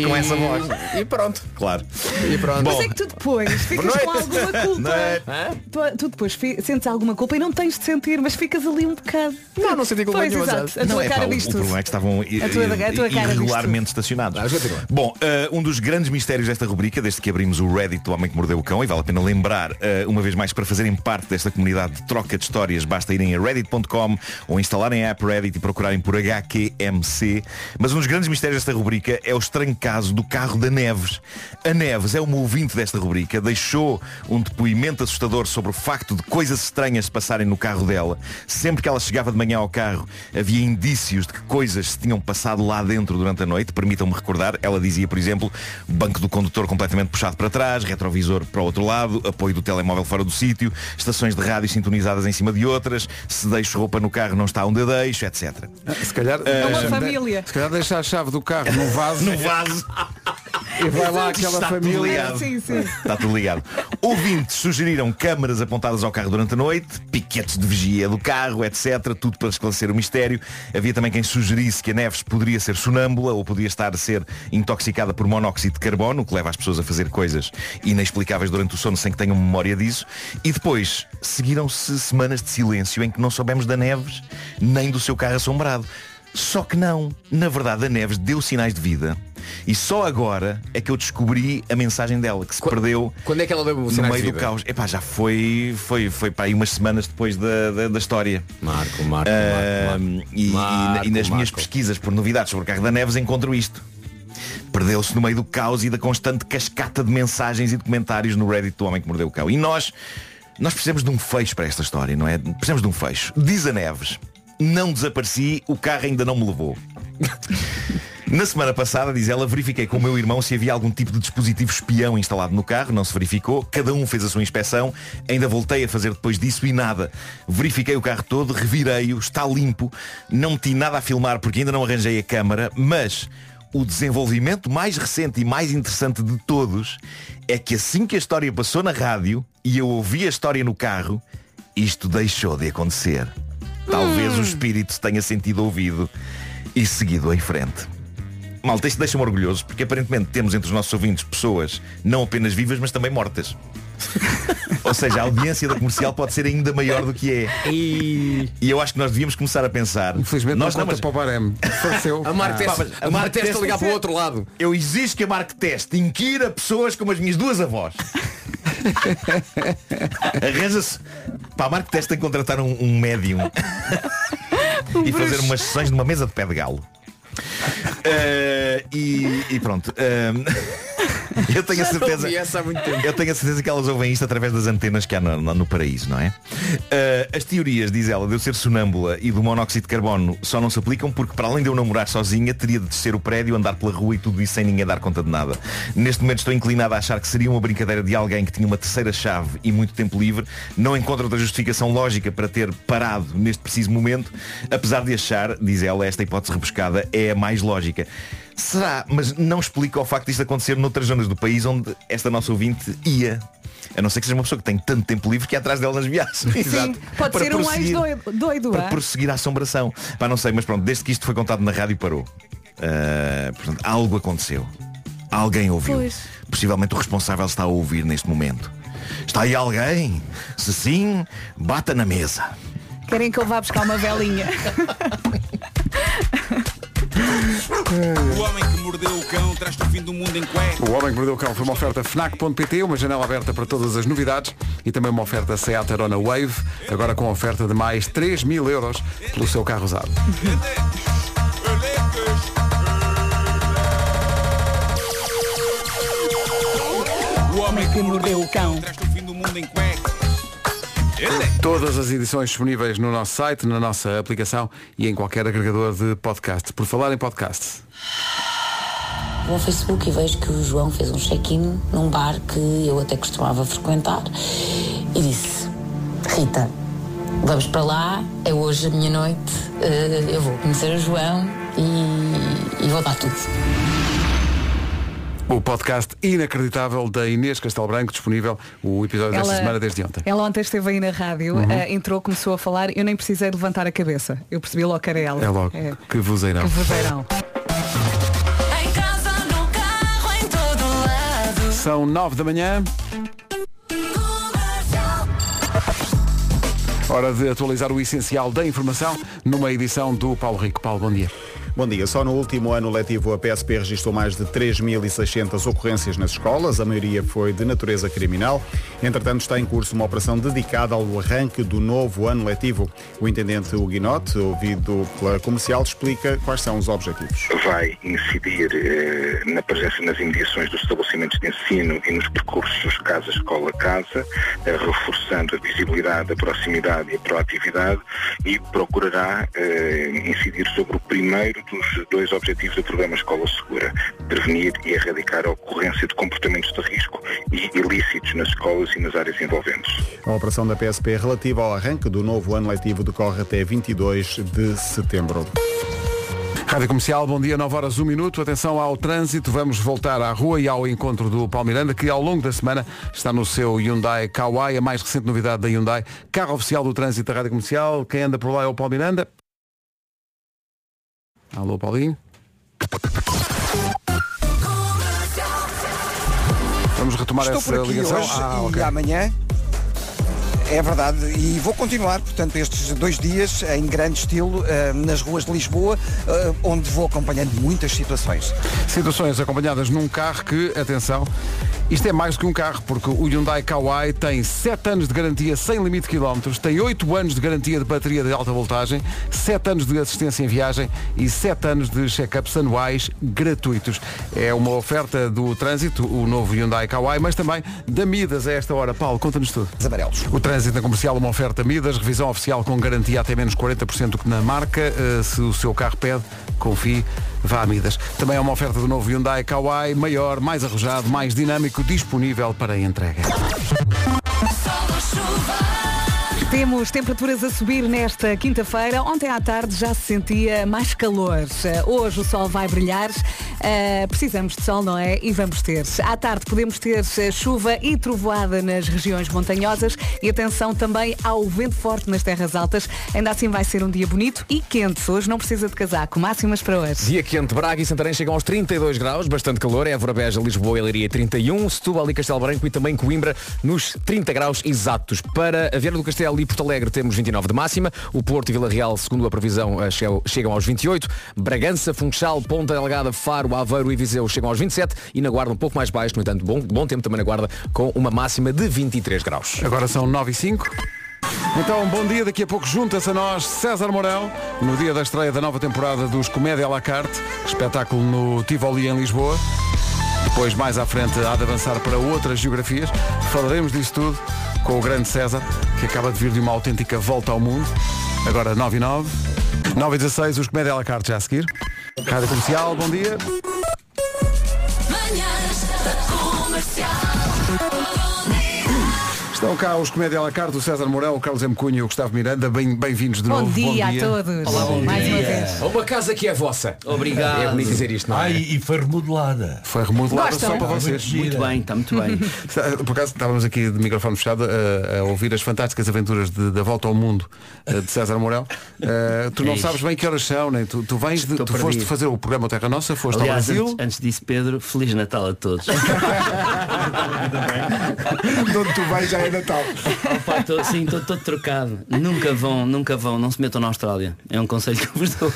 Speaker 11: Com essa voz.
Speaker 6: E pronto.
Speaker 11: Claro.
Speaker 6: E pronto.
Speaker 3: Mas é que tu depois ficas
Speaker 11: Boa
Speaker 3: com
Speaker 11: noite. é?
Speaker 3: alguma culpa.
Speaker 1: é?
Speaker 11: Noite.
Speaker 3: Tu, tu depois fi- sentes alguma culpa e não tens de sentir, mas ficas ali um bocado.
Speaker 6: Não, não senti culpa
Speaker 3: pois,
Speaker 6: nenhuma,
Speaker 3: Exato. A
Speaker 11: Não,
Speaker 3: tua
Speaker 11: é pá,
Speaker 3: cara
Speaker 11: o-
Speaker 3: diz
Speaker 11: O
Speaker 3: tudo.
Speaker 11: problema é que estavam i-
Speaker 3: A tua- a tua cara
Speaker 11: i-
Speaker 3: diz
Speaker 11: irregularmente estacionados. Bom, eh, um dos grandes mistérios desta rubrica, desde que abrimos o Reddit do Homem que Mordeu o Cão, e vale a pena lembrar, eh, uma vez mais, para fazerem parte desta comunidade de troca de histórias, basta irem a reddit.com ou instalarem a app Reddit e procurarem por HQMC. Mas um dos grandes mistérios desta rubrica é o estranho caso do carro da Neves. A Neves é uma ouvinte desta rubrica, deixou um depoimento assustador sobre o facto de coisas estranhas se passarem no carro dela. Sempre que ela chegava de manhã ao carro, havia indícios de que coisas se tinham passado lá dentro durante a noite. Permitam-me recordar, ela dizia, por exemplo, banco do condutor completamente puxado para trás, retrovisor para o outro lado, apoio do telemóvel fora do sítio, estações de rádio sintonizadas em cima de outras, se deixo roupa no carro não está onde a deixo, etc.
Speaker 1: Ah, Se calhar,
Speaker 3: É uma
Speaker 11: Eh,
Speaker 3: família.
Speaker 1: Se calhar deixa a chave do carro num vaso.
Speaker 11: No vaso.
Speaker 1: E vai lá
Speaker 11: Isto
Speaker 1: aquela
Speaker 11: está tudo
Speaker 1: família.
Speaker 11: ligado.
Speaker 3: Sim, sim.
Speaker 11: Está tudo ligado. Ouvintes sugeriram câmaras apontadas ao carro durante a noite, piquetes de vigia do carro, etc. Tudo para esclarecer o mistério. Havia também quem sugerisse que a Neves poderia ser sonâmbula ou podia estar a ser intoxicada por monóxido de carbono, o que leva as pessoas a fazer coisas inexplicáveis durante o sono sem que tenham memória disso. E depois seguiram-se semanas de silêncio em que não soubemos da Neves nem do seu carro assombrado. Só que não. Na verdade, a Neves deu sinais de vida. E só agora é que eu descobri a mensagem dela, que se perdeu
Speaker 6: Quando é que ela deu o
Speaker 11: no
Speaker 6: sinais de
Speaker 11: meio do
Speaker 6: vida?
Speaker 11: caos. Epá, já foi, foi, foi para aí umas semanas depois da, da, da história.
Speaker 6: Marco, Marco,
Speaker 11: Ah, E, e na-
Speaker 6: Marco,
Speaker 11: e nas minhas
Speaker 6: Marco.
Speaker 11: pesquisas por novidades sobre o carro da Neves encontro isto. Perdeu-se no meio do caos e da constante cascata de mensagens e de comentários no Reddit do Homem que Mordeu o Cão. E nós, nós precisamos de um fecho para esta história, não é? Precisamos de um fecho. Diz a Neves, não desapareci, o carro ainda não me levou. Na semana passada, diz ela, verifiquei com o meu irmão se havia algum tipo de dispositivo espião instalado no carro, não se verificou, cada um fez a sua inspeção, ainda voltei a fazer depois disso e nada. Verifiquei o carro todo, revirei-o, está limpo, não meti nada a filmar porque ainda não arranjei a câmara, mas o desenvolvimento mais recente e mais interessante de todos é que assim que a história passou na rádio e eu ouvi a história no carro, isto deixou de acontecer. Talvez o espírito se tenha sentido ouvido e seguido em frente. Malta, isto deixa-me orgulhoso porque aparentemente temos entre os nossos ouvintes pessoas não apenas vivas, mas também mortas. Ou seja, a audiência da comercial pode ser ainda maior do que é. E eu acho que nós devíamos começar a pensar.
Speaker 1: Infelizmente
Speaker 11: nós
Speaker 1: não conta para o barem. Faleceu. Ah.
Speaker 11: A Mark Test- a Mark Test a ligar para o outro
Speaker 6: lado.
Speaker 11: Eu exijo que a Marque Teste inquira pessoas como as minhas duas avós. Arranja-se. Para a Marque Teste tem que contratar um, um médium e fazer umas sessões numa mesa de pé de galo. Eh, e, e pronto. Ehm, eu tenho a
Speaker 6: Já não
Speaker 11: certeza.
Speaker 6: ouvi essa há muito tempo.
Speaker 11: Eu tenho a certeza que elas ouvem isto através das antenas que há no, no- no paraíso, não é? Eh, as teorias, diz ela, de eu ser sonâmbula e do monóxido de carbono só não se aplicam porque para além de eu não morar sozinha, teria de descer o prédio, andar pela rua e tudo isso sem ninguém dar conta de nada. Neste momento estou inclinado a achar que seria uma brincadeira de alguém que tinha uma terceira chave e muito tempo livre. Não encontro outra justificação lógica para ter parado neste preciso momento, apesar de achar, diz ela, esta hipótese rebuscada é a mais lógica. Será, mas não explica o facto disto acontecer noutras zonas do país onde esta nossa ouvinte ia. A não ser que seja uma pessoa que tem tanto tempo livre que é atrás dela nas viagens.
Speaker 3: Sim, pode
Speaker 11: Para
Speaker 3: ser um
Speaker 11: prosseguir-
Speaker 3: ex-doido.
Speaker 11: para
Speaker 3: ah?
Speaker 11: prosseguir a assombração. Pá, não sei, mas pronto, desde que isto foi contado na rádio parou. Ah, portanto, algo aconteceu. Alguém ouviu.
Speaker 9: Pois.
Speaker 11: Possivelmente o responsável está a ouvir neste momento. Está aí alguém? Se sim, bata na mesa.
Speaker 3: Querem que eu vá buscar uma velinha.
Speaker 13: O homem que mordeu o cão traz-te o fim do mundo em cueca.
Speaker 1: O Homem que Mordeu o Cão foi uma oferta FNAC.pt, uma janela aberta para todas as novidades e também uma oferta Seat Arona Wave, agora com oferta de mais 3 mil euros pelo seu carro usado.
Speaker 13: O homem que mordeu o cão traz-te o fim do mundo em cueca.
Speaker 1: Todas as edições disponíveis no nosso site, na nossa aplicação e em qualquer agregador de podcast. Por falar em podcast,
Speaker 14: Vou ao Facebook e vejo que o João fez um check-in num bar que eu até costumava frequentar e disse, Rita, vamos para lá, é hoje a minha noite, eh, eu vou conhecer o João e, e vou dar tudo.
Speaker 1: O podcast inacreditável da Inês Castelo Branco, disponível o episódio desta semana desde ontem.
Speaker 3: Ela ontem esteve aí na rádio,
Speaker 1: Uhum.
Speaker 3: eh, entrou, começou a falar, eu nem precisei de levantar a cabeça. Eu percebi logo que era ela.
Speaker 1: É logo.
Speaker 3: É.
Speaker 1: Que vos
Speaker 3: Que vozeirão.
Speaker 9: Em casa, no carro, em todo lado.
Speaker 1: São nove da manhã. Hora de atualizar o essencial da informação numa edição do Paulo Rico. Paulo, bom dia.
Speaker 4: Bom dia. Só no último ano letivo a PSP registrou mais de 3.600 ocorrências nas escolas. A maioria foi de natureza criminal. Entretanto, está em curso uma operação dedicada ao arranque do novo ano letivo. O intendente Huguinote, ouvido pela comercial, explica quais são os objetivos.
Speaker 15: vai incidir eh, na presença nas imediações dos estabelecimentos de ensino e nos percursos casa-escola-casa, eh, reforçando a visibilidade, a proximidade e a proatividade e procurará eh, incidir sobre o primeiro dos dois objetivos do programa Escola Segura, prevenir e erradicar a ocorrência de comportamentos de risco e ilícitos nas escolas e nas áreas envolventes.
Speaker 4: A operação da PSP relativa ao arranque do novo ano letivo decorre até 22 de setembro.
Speaker 1: Rádio Comercial, bom dia, 9 horas, 1 minuto. Atenção ao trânsito, vamos voltar à rua e ao encontro do Paulo Miranda, que ao longo da semana está no seu Hyundai Kauai, a mais recente novidade da Hyundai, carro oficial do trânsito da Rádio Comercial. Quem anda por lá é o Paulo Miranda. Alô, Paulinho. Vamos retomar
Speaker 2: Estou
Speaker 1: essa
Speaker 2: por aqui
Speaker 1: ligação.
Speaker 2: hoje
Speaker 1: Ah,
Speaker 2: e
Speaker 1: ok.
Speaker 2: amanhã. É verdade, e vou continuar, portanto, estes dois dias em grande estilo eh, nas ruas de Lisboa, eh, onde vou acompanhando muitas situações.
Speaker 1: Situações acompanhadas num carro que, atenção, isto é mais do que um carro, porque o Hyundai Kauai tem 7 anos de garantia sem limite de quilómetros, tem 8 anos de garantia de bateria de alta voltagem, 7 anos de assistência em viagem e 7 anos de check-up anuais gratuitos. É uma oferta do trânsito, o novo Hyundai Kauai, mas também da Midas a esta hora. Paulo, conta-nos tudo.
Speaker 2: Amarelos.
Speaker 1: O trânsito na comercial, uma oferta Midas, revisão oficial com garantia até menos 40% do que na marca. Eh, se o seu carro pede, confie, vá a Midas. Também é uma oferta do novo Hyundai Kauai, maior, mais arrojado, mais dinâmico, disponível para entrega.
Speaker 3: Temos temperaturas a subir nesta quinta-feira. Ontem à tarde já se sentia mais calor. Eh, Hoje o sol vai brilhar. Eh, precisamos de sol, não é? E vamos ter. À tarde podemos ter eh, chuva e trovoada nas regiões montanhosas e atenção também ao vento forte nas terras altas. Ainda assim vai ser um dia bonito e quente. Hoje não precisa de casaco. Máximas para hoje.
Speaker 6: Dia quente, Braga e Santarém chegam aos 32 graus, bastante calor. Évora, Beja, Lisboa e Leiria 31, Setúbal e Castelo Branco e também Coimbra nos 30 graus exatos. Para a Vieira do Castelo e Porto Alegre temos 29 de máxima, o Porto e Vila Real, segundo a previsão, eh, chegam- chegam aos 28, Bragança, Funchal, Ponta Delgada, Faro, Aveiro e Viseu chegam aos 27 e na Guarda um pouco mais baixo, no entanto, bom, bom tempo também na Guarda com uma máxima de 23 graus.
Speaker 1: Agora são 9 e 5. Então, bom dia. Daqui a pouco junta-se a nós César Mourão, no dia da estreia da nova temporada dos Comédia à la carte, espetáculo no Tivoli em Lisboa. Depois, mais à frente, há de avançar para outras geografias. Falaremos disso tudo com o grande César, que acaba de vir de uma autêntica volta ao mundo. Agora 9 e 9. 9 e 16, os Comédia à la carte já a seguir. Rádio Comercial, bom dia.
Speaker 9: Manhãs da comercial.
Speaker 1: Estão cá os Comédia à la carte, o César Mourão, o Carlos M. Cunha e o Gustavo Miranda. Bem- Bem-vindos de
Speaker 3: Bom
Speaker 1: novo.
Speaker 3: dia a todos. Olá, bom Mais dia. uma vez.
Speaker 6: Uma casa que é vossa.
Speaker 16: Obrigado.
Speaker 6: É bonito dizer isto, não é?
Speaker 16: Ai, e foi remodelada.
Speaker 1: Foi remodelada
Speaker 16: Gostam?
Speaker 1: só para vocês.
Speaker 16: Muito Muito gira. bem,
Speaker 1: está muito bem. Por acaso estávamos aqui de microfone fechado eh, a, a ouvir as fantásticas aventuras de- da volta ao mundo eh, de César Mourão. Eh, tu não
Speaker 17: Ei.
Speaker 1: sabes bem que horas são, nem tu, tu vens de,
Speaker 17: É Estou
Speaker 1: tu foste
Speaker 17: perdido.
Speaker 1: fazer o programa Terra Nossa, foste
Speaker 17: Aliás,
Speaker 1: ao
Speaker 17: antes,
Speaker 1: Brasil,
Speaker 17: antes disso, Pedro, Feliz Natal a todos.
Speaker 1: de onde tu vais já é Natal.
Speaker 17: Opa, tô, sim, estou todo trocado. Nunca vão, nunca vão, não se metam na Austrália. É um conselho que eu vos dou.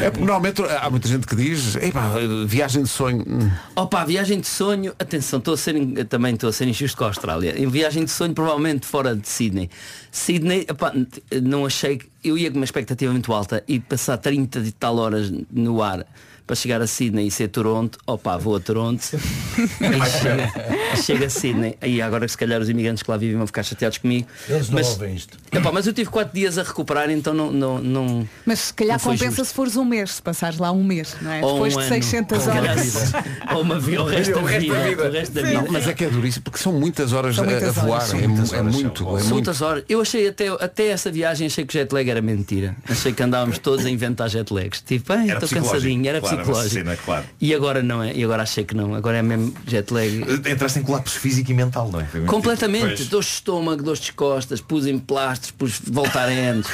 Speaker 1: É, normalmente há muita gente que diz, "Epá, eh, viagem de sonho. Hum.
Speaker 17: Opa, viagem de sonho, atenção, estou a ser, in- também estou a ser injusto com a Austrália. Em viagem de sonho, provavelmente fora de Sydney. Sydney, epá, n- não achei, que- eu ia com uma expectativa muito alta e passar 30 e tal horas no ar para chegar a Sydney e ser Toronto, opa, vou a Toronto. E chega, chega a Sydney. E agora que se calhar os imigrantes que lá vivem vão ficar chateados comigo.
Speaker 16: Eles não ouvem isto.
Speaker 17: Epá, mas eu tive 4 dias a recuperar, então não. não, não
Speaker 3: Mas se calhar
Speaker 17: Não foi
Speaker 3: compensa se fores um mês, se passares lá um mês, não é?
Speaker 17: Ou
Speaker 3: Depois
Speaker 17: um
Speaker 3: de
Speaker 17: ano.
Speaker 3: 600
Speaker 17: Ou uma
Speaker 3: horas.
Speaker 17: vida. Ou uma vi- o resto da vida, o resto da vida.
Speaker 1: Não, mas é que é duríssimo, porque são muitas horas
Speaker 17: São
Speaker 1: a-
Speaker 17: muitas
Speaker 1: a voar.
Speaker 17: horas,
Speaker 1: é,
Speaker 17: são
Speaker 1: mu-
Speaker 17: muitas
Speaker 1: é muito, é
Speaker 17: São
Speaker 1: muito.
Speaker 17: muitas horas. Eu achei até, até essa viagem achei que o jet lag era era mentira. Achei que andávamos todos a inventar jet lags. Tipo, "Ei,
Speaker 11: Era
Speaker 17: estou
Speaker 11: psicológico,
Speaker 17: cansadinho, era
Speaker 11: claro, era uma
Speaker 17: psicológico.
Speaker 11: cena, claro.
Speaker 17: E agora não é, e agora achei que não, agora é mesmo jet lag.
Speaker 11: Entraste em colapso físico e mental, não é? Foi muito
Speaker 17: Completamente,
Speaker 11: tipo,
Speaker 17: dor de estômago, dores de costas, pus emplastos, pus voltarenos,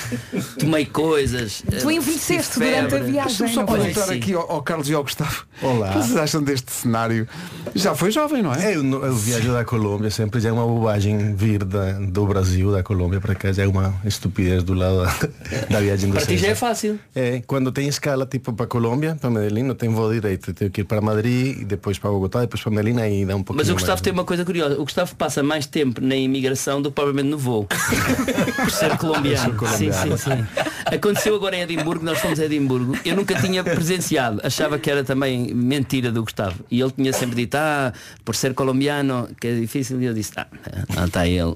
Speaker 17: tomei coisas.
Speaker 3: Tu
Speaker 17: eh,
Speaker 3: envelheceste
Speaker 17: tive
Speaker 3: durante a
Speaker 17: febre.
Speaker 3: viagem, Deixa-me só não foi?
Speaker 1: Vou perguntar aqui ao, ao Carlos e ao Gustavo. Olá. O que vocês acham deste cenário? Já foi jovem, não é?
Speaker 16: Eu, não- eu viajo da Colômbia, sempre já é uma bobagem vir da- do Brasil, da Colômbia para cá, já é uma estupidez do lado da, da viagem do
Speaker 17: Para ti já é
Speaker 16: César.
Speaker 17: fácil.
Speaker 16: É, quando tem escala tipo para Colômbia, para Medellín, não tem voo direito. Tenho que ir para Madrid, e depois para Bogotá, depois para Medellín, aí dá um pouquinho
Speaker 17: Mas o
Speaker 16: mais.
Speaker 17: Gustavo tem uma coisa curiosa. O Gustavo passa mais tempo na imigração do que provavelmente no voo. Por ser colombiano.
Speaker 16: Por
Speaker 17: Sim,
Speaker 16: ser colombiano.
Speaker 17: sim, sim. Aconteceu agora em Edimburgo, nós fomos a Edimburgo. Eu nunca tinha presenciado. Achava que era também mentira do Gustavo. E ele tinha sempre dito, ah, por ser colombiano, que é difícil. E eu disse, ah, lá está ele.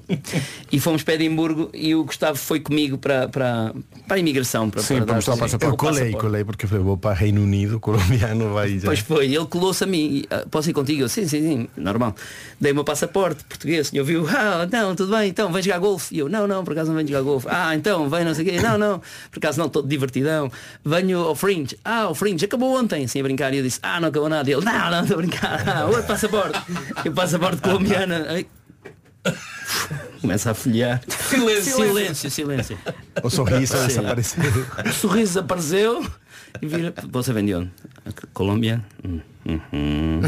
Speaker 17: E fomos para Edimburgo e o Gustavo foi comigo para, para, para a imigração. Para,
Speaker 16: Sim,
Speaker 17: para
Speaker 16: para
Speaker 17: dar-
Speaker 16: mostrar o passaporte. Eu colei,
Speaker 17: passaporte.
Speaker 16: colei, porque falei, vou para Reino Unido, colombiano, vai é, já.
Speaker 17: Pois foi, ele colou-se a mim. E, "Ah, Posso ir contigo? Eu, sim, sim, sim, normal. Dei o meu passaporte português. O senhor viu, ah, não, tudo bem, então vem jogar golfe. E eu, não, não, por acaso não venho jogar golfe. Ah, então, vem não sei o quê. Não, não, por acaso não, todo divertidão. Venho ao Fringe. Ah, o Fringe acabou ontem, assim a brincar. E eu disse, ah, não acabou nada. E ele, não, não, estou a brincar. Ah, outro passaporte. E o passaporte colombiano. Ai. Começa a folhear. Silêncio, silêncio, silêncio.
Speaker 16: O sorriso
Speaker 17: Sim.
Speaker 16: desapareceu.
Speaker 17: O sorriso desapareceu e vira. Você vem de onde? Colômbia. Hum, hum, hum.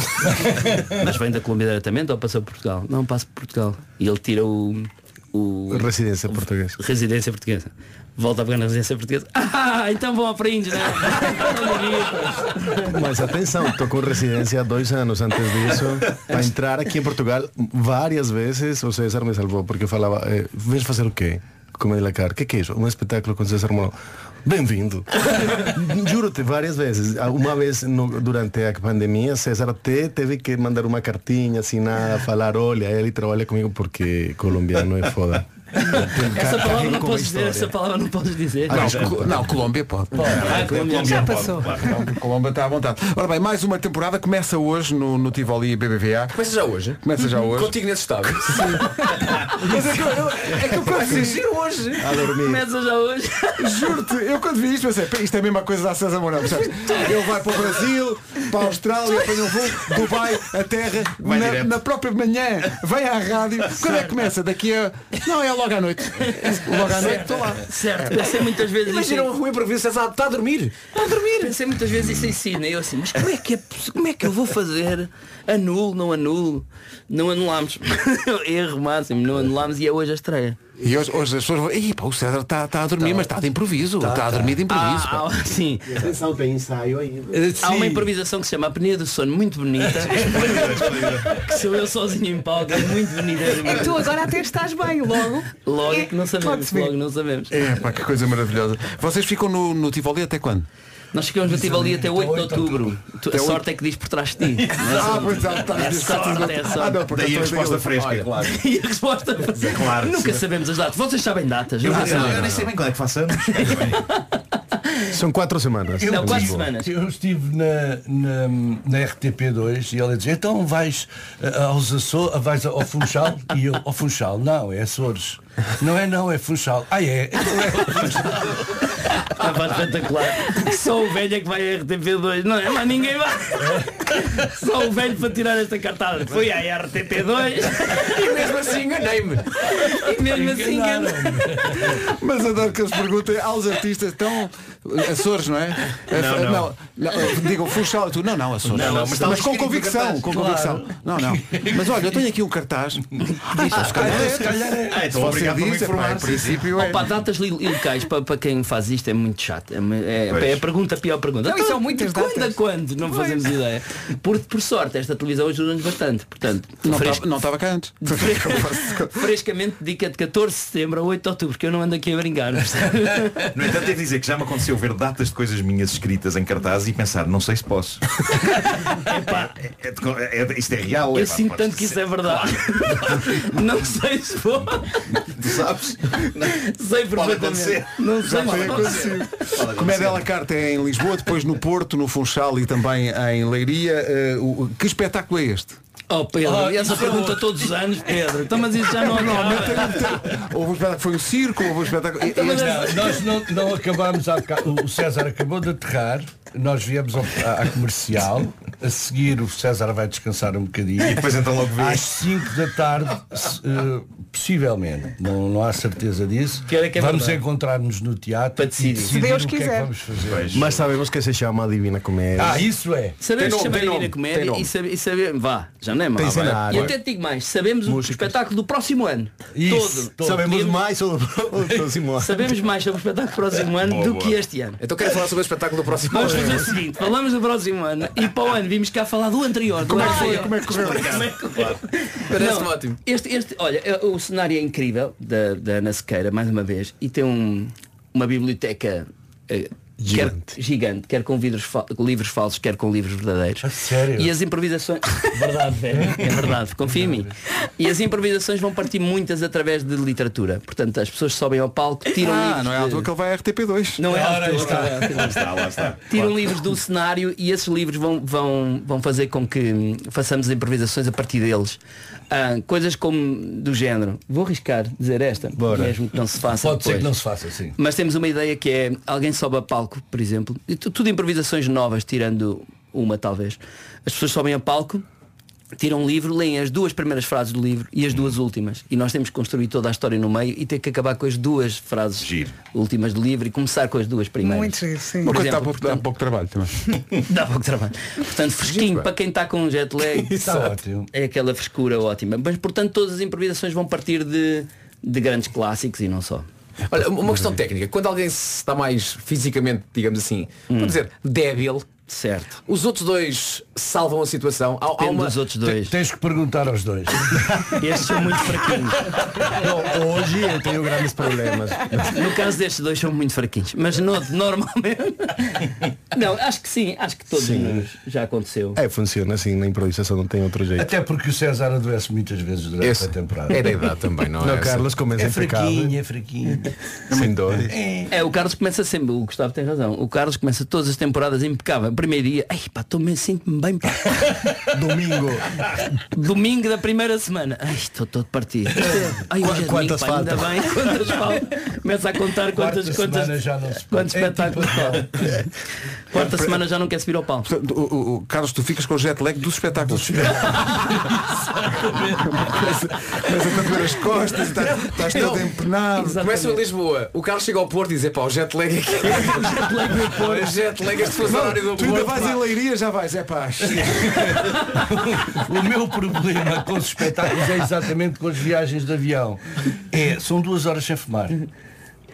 Speaker 17: Mas vem da Colômbia diretamente ou passou por Portugal? Não, passo por Portugal. E ele tira o. o
Speaker 16: Residência portuguesa.
Speaker 17: residência portuguesa. Volta a pegar na residência portuguesa. Ah, então vão aprender, né?
Speaker 1: é?
Speaker 16: Mas atenção, tô com residência há dois anos antes disso. Para entrar aqui em Portugal várias vezes o César me salvou, porque eu falava, eh, vens fazer o quê? Comédia la cara. Que que é isso? Um espetáculo com César Mourão. Bem-vindo. Juro-te, várias vezes. Uma vez no- durante a pandemia, César até teve que mandar uma cartinha, assinar, falar, olha, ele trabalha comigo porque colombiano é foda.
Speaker 17: Essa palavra
Speaker 16: carrego
Speaker 17: não
Speaker 16: como
Speaker 17: posso dizer,
Speaker 16: história.
Speaker 17: essa palavra não posso dizer.
Speaker 1: Não, não, Colômbia pode.
Speaker 17: Ah, Colômbia. Já passou.
Speaker 1: Colômbia está à vontade. Ora bem, mais uma temporada começa hoje no, no Tivoli e BBVA.
Speaker 6: Começa já hoje? Uhum.
Speaker 1: Começa já hoje.
Speaker 6: Contigo nesse estado.
Speaker 1: Mas é que eu- eu- é que eu quando vi-
Speaker 6: Giro hoje.
Speaker 16: A dormir.
Speaker 17: Começa já hoje.
Speaker 1: Juro-te, eu quando vi isto pensei, "Pá, isto é a mesma coisa da César Mourão, percebes? Ele vai para o Brasil, para a Austrália, apanha um voo, Dubai, a Terra,
Speaker 11: Vai
Speaker 1: na,
Speaker 11: direto.
Speaker 1: na própria manhã, vem à rádio. Quando é que começa? Daqui a. Não, é logo à noite. Logo à noite É. estou lá.
Speaker 17: Certo, pensei muitas vezes
Speaker 6: Imagina um ruim para ver se está a dormir.
Speaker 17: Para dormir. Pensei muitas vezes isso em Sina. Eu assim, mas como é que, é, poss- como é que eu vou fazer? Anulo, não anulo. Não anulámos. Erro máximo, não anulámos e é hoje a estreia. Tá.
Speaker 1: E hoje, hoje as pessoas vão. Ih, pá, o César está está a dormir, mas está de improviso. Está a dormir de improviso.
Speaker 17: Há, há, tá. Ah, sim, Eh,
Speaker 16: Atenção, tem ensaio ainda.
Speaker 17: há uma improvisação que se chama Apneia do Sono, muito bonita. que sou eu sozinho em palco, é muito bonita.
Speaker 3: É que tu agora até estás bem, logo.
Speaker 17: Logo que não sabemos,
Speaker 3: pode-se ver.
Speaker 17: logo não sabemos.
Speaker 1: É, pá, que coisa maravilhosa. Vocês ficam no, no Tivoli até quando?
Speaker 17: Nós ficamos no Tivoli até 8 de outubro. Tu- a sorte é que diz por trás de ti.
Speaker 1: Ah, pois já está.
Speaker 17: É a sorte, é a sorte.
Speaker 1: Ah, não, porque
Speaker 11: Daí a
Speaker 1: eu estou-
Speaker 11: resposta fresca,
Speaker 1: Olha,
Speaker 11: claro.
Speaker 17: E a resposta é
Speaker 11: claro.
Speaker 17: Nunca sabemos as datas. Vocês sabem datas.
Speaker 11: Eu,
Speaker 17: não
Speaker 11: eu-
Speaker 17: sabem.
Speaker 11: eu nem sei bem quando é que faço anos.
Speaker 16: São quatro semanas.
Speaker 11: é
Speaker 17: Não,
Speaker 16: em
Speaker 17: quatro
Speaker 16: Lisboa.
Speaker 17: semanas.
Speaker 16: Eu-
Speaker 17: Eu
Speaker 16: Eu estive na, na, na RTP2 e ela dizia, então vais eh, aos Açores, vais ao Funchal? E eu, ao Funchal, não, é Açores. Não é não, é Funchal. Ah é? Então é ao Funchal.
Speaker 17: Estava espetacular. Só o velho é que vai a RTP2, não é? Mas ninguém vai. Só o velho para tirar esta cartada. Foi à RTP2
Speaker 6: E mesmo assim enganei-me.
Speaker 17: e mesmo assim engana.
Speaker 1: Mas adoro que eles perguntem aos artistas tão Açores, não é?
Speaker 11: Não, não.
Speaker 1: não, digam Funchal e tu, não, não, Açores.
Speaker 11: Não, não, mas
Speaker 1: mas,
Speaker 11: estava
Speaker 1: com
Speaker 11: escrito no
Speaker 1: convicção,
Speaker 11: cartaz.
Speaker 1: com
Speaker 11: Claro.
Speaker 1: convicção. Não, não. Mas olha, eu tenho aqui um cartaz. Ah, então, se calhar é.
Speaker 11: Ah,
Speaker 1: Se
Speaker 11: então
Speaker 1: você
Speaker 11: obrigado por me
Speaker 1: disse, pá,
Speaker 11: informar.
Speaker 1: em princípio é.
Speaker 17: Opa, datas li- locais para, para quem faz isto é muito chato. É, uma- é-
Speaker 11: Pois.
Speaker 17: é a pergunta, a pior pergunta.
Speaker 3: Não, e
Speaker 17: Então,
Speaker 3: são muitas
Speaker 17: de quando
Speaker 3: datas.
Speaker 17: a quando? Não fazemos ideia. Por, por sorte, esta televisão ajuda-nos bastante. Portanto,
Speaker 1: Não
Speaker 17: fresco-
Speaker 1: estava- Não estava cá antes.
Speaker 17: frescamente dedica de 14 de setembro a 8 de outubro, que eu não ando aqui a brincar. percebe?
Speaker 11: No entanto, devo dizer que já me aconteceu ver datas de coisas minhas escritas em cartaz e pensar, não sei se posso.
Speaker 17: Epá,
Speaker 11: É, é- é- isto é real.
Speaker 17: eu
Speaker 11: epá,
Speaker 17: sinto
Speaker 11: pá,
Speaker 17: tanto que isso é verdade. Não sei se vou.
Speaker 11: Tu sabes?
Speaker 17: Sei
Speaker 11: Pode
Speaker 17: perfeitamente.
Speaker 11: acontecer.
Speaker 17: Não sei
Speaker 1: Foi
Speaker 17: se-
Speaker 1: acontecido. Comédia à la carte é em Lisboa, depois no Porto, no Funchal e também em Leiria. Eh, o- Que espetáculo é este?
Speaker 17: Oh Pedro,
Speaker 9: Ah, isso
Speaker 17: essa
Speaker 9: é
Speaker 17: pergunta
Speaker 9: outro.
Speaker 17: todos os anos, Pedro. Então, mas isso já não
Speaker 1: Houve um espetáculo que foi um circo, houve um espetáculo.
Speaker 17: Então,
Speaker 11: Então,
Speaker 18: Não, nós não, não acabámos há bocado. O César acabou de aterrar, nós viemos ao, à, à comercial, a seguir o César vai descansar um bocadinho.
Speaker 11: E depois então logo vê.
Speaker 18: Às 5 da tarde, se, eh, possivelmente, não, não há certeza disso.
Speaker 17: Que hora que é
Speaker 18: vamos
Speaker 17: verdade?
Speaker 18: encontrar-nos no teatro para
Speaker 17: decidir.
Speaker 18: e
Speaker 17: Se
Speaker 18: decidir
Speaker 17: Deus
Speaker 18: o que é
Speaker 17: quiser.
Speaker 18: que vamos fazer.
Speaker 16: Mas sabemos que se chama Divina Comédia.
Speaker 18: Ah, isso é.
Speaker 17: Sabemos que chama Divina Comédia e sabe- e sabemos. Vá, já não é mal.
Speaker 16: Tem
Speaker 17: vá.
Speaker 16: cenário.
Speaker 17: E até te digo mais, sabemos o espetáculo do próximo ano.
Speaker 16: Isso,
Speaker 17: todo. todo.
Speaker 16: sabemos
Speaker 17: Podemos-
Speaker 16: mais sobre o próximo ano.
Speaker 17: Sabemos mais sobre o espetáculo do próximo ano do que este ano.
Speaker 6: Então quero falar sobre o espetáculo do próximo
Speaker 17: Vamos
Speaker 6: ano.
Speaker 17: fazer o seguinte, falamos do próximo ano e para o ano vimos cá falar do anterior.
Speaker 6: Como é que
Speaker 17: do
Speaker 6: foi?
Speaker 17: anterior.
Speaker 6: Como é que correu?
Speaker 17: Como é que correu?
Speaker 6: Parece-me
Speaker 17: Não,
Speaker 6: ótimo.
Speaker 17: Este, este, olha, é- o cenário é incrível da, da Ana Sequeira, mais uma vez, e tem um- uma biblioteca eh,
Speaker 16: Gigante.
Speaker 17: Quer, gigante, quer com vidros fa- livros falsos, quer com livros verdadeiros.
Speaker 18: sério?
Speaker 17: E as improvisações. Verdade, velho. É verdade, confia em mim. E as improvisações vão partir muitas através de literatura. Portanto, as pessoas sobem ao palco, tiram
Speaker 1: ah,
Speaker 17: livros.
Speaker 1: não é à
Speaker 17: de-
Speaker 1: toa que ele vai à RTP2.
Speaker 17: Não é à toa, não é à toa.
Speaker 11: Lá está, lá está.
Speaker 17: Tiram livros um do cenário e esses livros vão, vão, vão fazer com que hum, façamos improvisações a partir deles. Ah, coisas como do género. Vou arriscar dizer esta, mesmo que não se faça.
Speaker 18: Pode ser que
Speaker 17: depois.
Speaker 18: não se faça, sim.
Speaker 17: Mas temos uma ideia que é alguém sobe a palco, por exemplo, e tu- tudo improvisações novas, tirando uma talvez. As pessoas sobem a palco, tiram um livro, leem as duas primeiras frases do livro e as duas
Speaker 1: Uhum.
Speaker 17: últimas. E nós temos que construir toda a história no meio e ter que acabar com as duas frases últimas do livro e começar com as duas primeiras.
Speaker 3: Muito giro, sim.
Speaker 17: Por
Speaker 1: Uma coisa que dá
Speaker 17: exemplo,
Speaker 1: pouco, dá pouco trabalho também.
Speaker 17: Dá pouco trabalho. Portanto, fresquinho
Speaker 1: pá.
Speaker 17: para quem está com um jet lag.
Speaker 18: Está
Speaker 17: sabe?
Speaker 18: ótimo.
Speaker 17: É aquela frescura ótima. Mas portanto todas as improvisações vão partir de, de grandes clássicos e não só.
Speaker 6: Olha, uma questão técnica. Quando alguém se está mais fisicamente, digamos assim, vou dizer, débil,
Speaker 17: Hum. certo.
Speaker 6: os outros dois salvam a situação. Há, há
Speaker 18: Depende
Speaker 6: uma...
Speaker 18: dos
Speaker 17: outros
Speaker 18: Te- Tens que perguntar aos dois.
Speaker 17: Estes são muito fraquinhos.
Speaker 16: hoje eu tenho grandes problemas.
Speaker 17: No caso destes dois são muito fraquinhos. Mas no, normalmente. Não, acho que sim, acho que todos
Speaker 16: Sim.
Speaker 17: nós já aconteceu.
Speaker 16: É, funciona assim, na improvisação não tem outro jeito.
Speaker 18: Até porque o César adoece muitas vezes durante
Speaker 16: Esse-
Speaker 18: a temporada.
Speaker 16: era a idade também, não é Não, essa? Carlos começa
Speaker 18: É
Speaker 16: impecável.
Speaker 18: fraquinho, é fraquinho.
Speaker 16: Sem dor.
Speaker 17: É, o Carlos começa sempre, o Gustavo tem razão, o Carlos começa todas as temporadas impecável. Primeiro dia, ai pá, estou me sinto-me bem, pá.
Speaker 16: Domingo.
Speaker 17: Domingo da primeira semana. Ai, estou todo partido. Ai, hoje é
Speaker 16: Quantas
Speaker 17: domingo, pá, ainda
Speaker 16: faltam?
Speaker 17: bem, quantas faltam. Começa a contar quantas,
Speaker 18: Quarta semana
Speaker 17: quantas,
Speaker 18: já não se pode. É tipo assim.
Speaker 17: quantos espetáculos faltam. Quarta semana já não quer subir ao pau.
Speaker 1: Portanto, o, o- o- Carlos, tu ficas com o jet lag dos espetáculos. Começa a ver as costas, estás, estás todo empenado.
Speaker 6: Começa em Lisboa, o Carlos chega ao Porto e diz, pá, o jet lag é que
Speaker 17: jet lag é do
Speaker 6: O jet lag, este funcionário do
Speaker 1: Não, tu ainda
Speaker 6: Porto.
Speaker 1: vais
Speaker 6: pá.
Speaker 1: em Leiria, já vais, é paz.
Speaker 18: O meu problema com os espetáculos é exatamente com as viagens de avião. É, são duas horas sem fumar.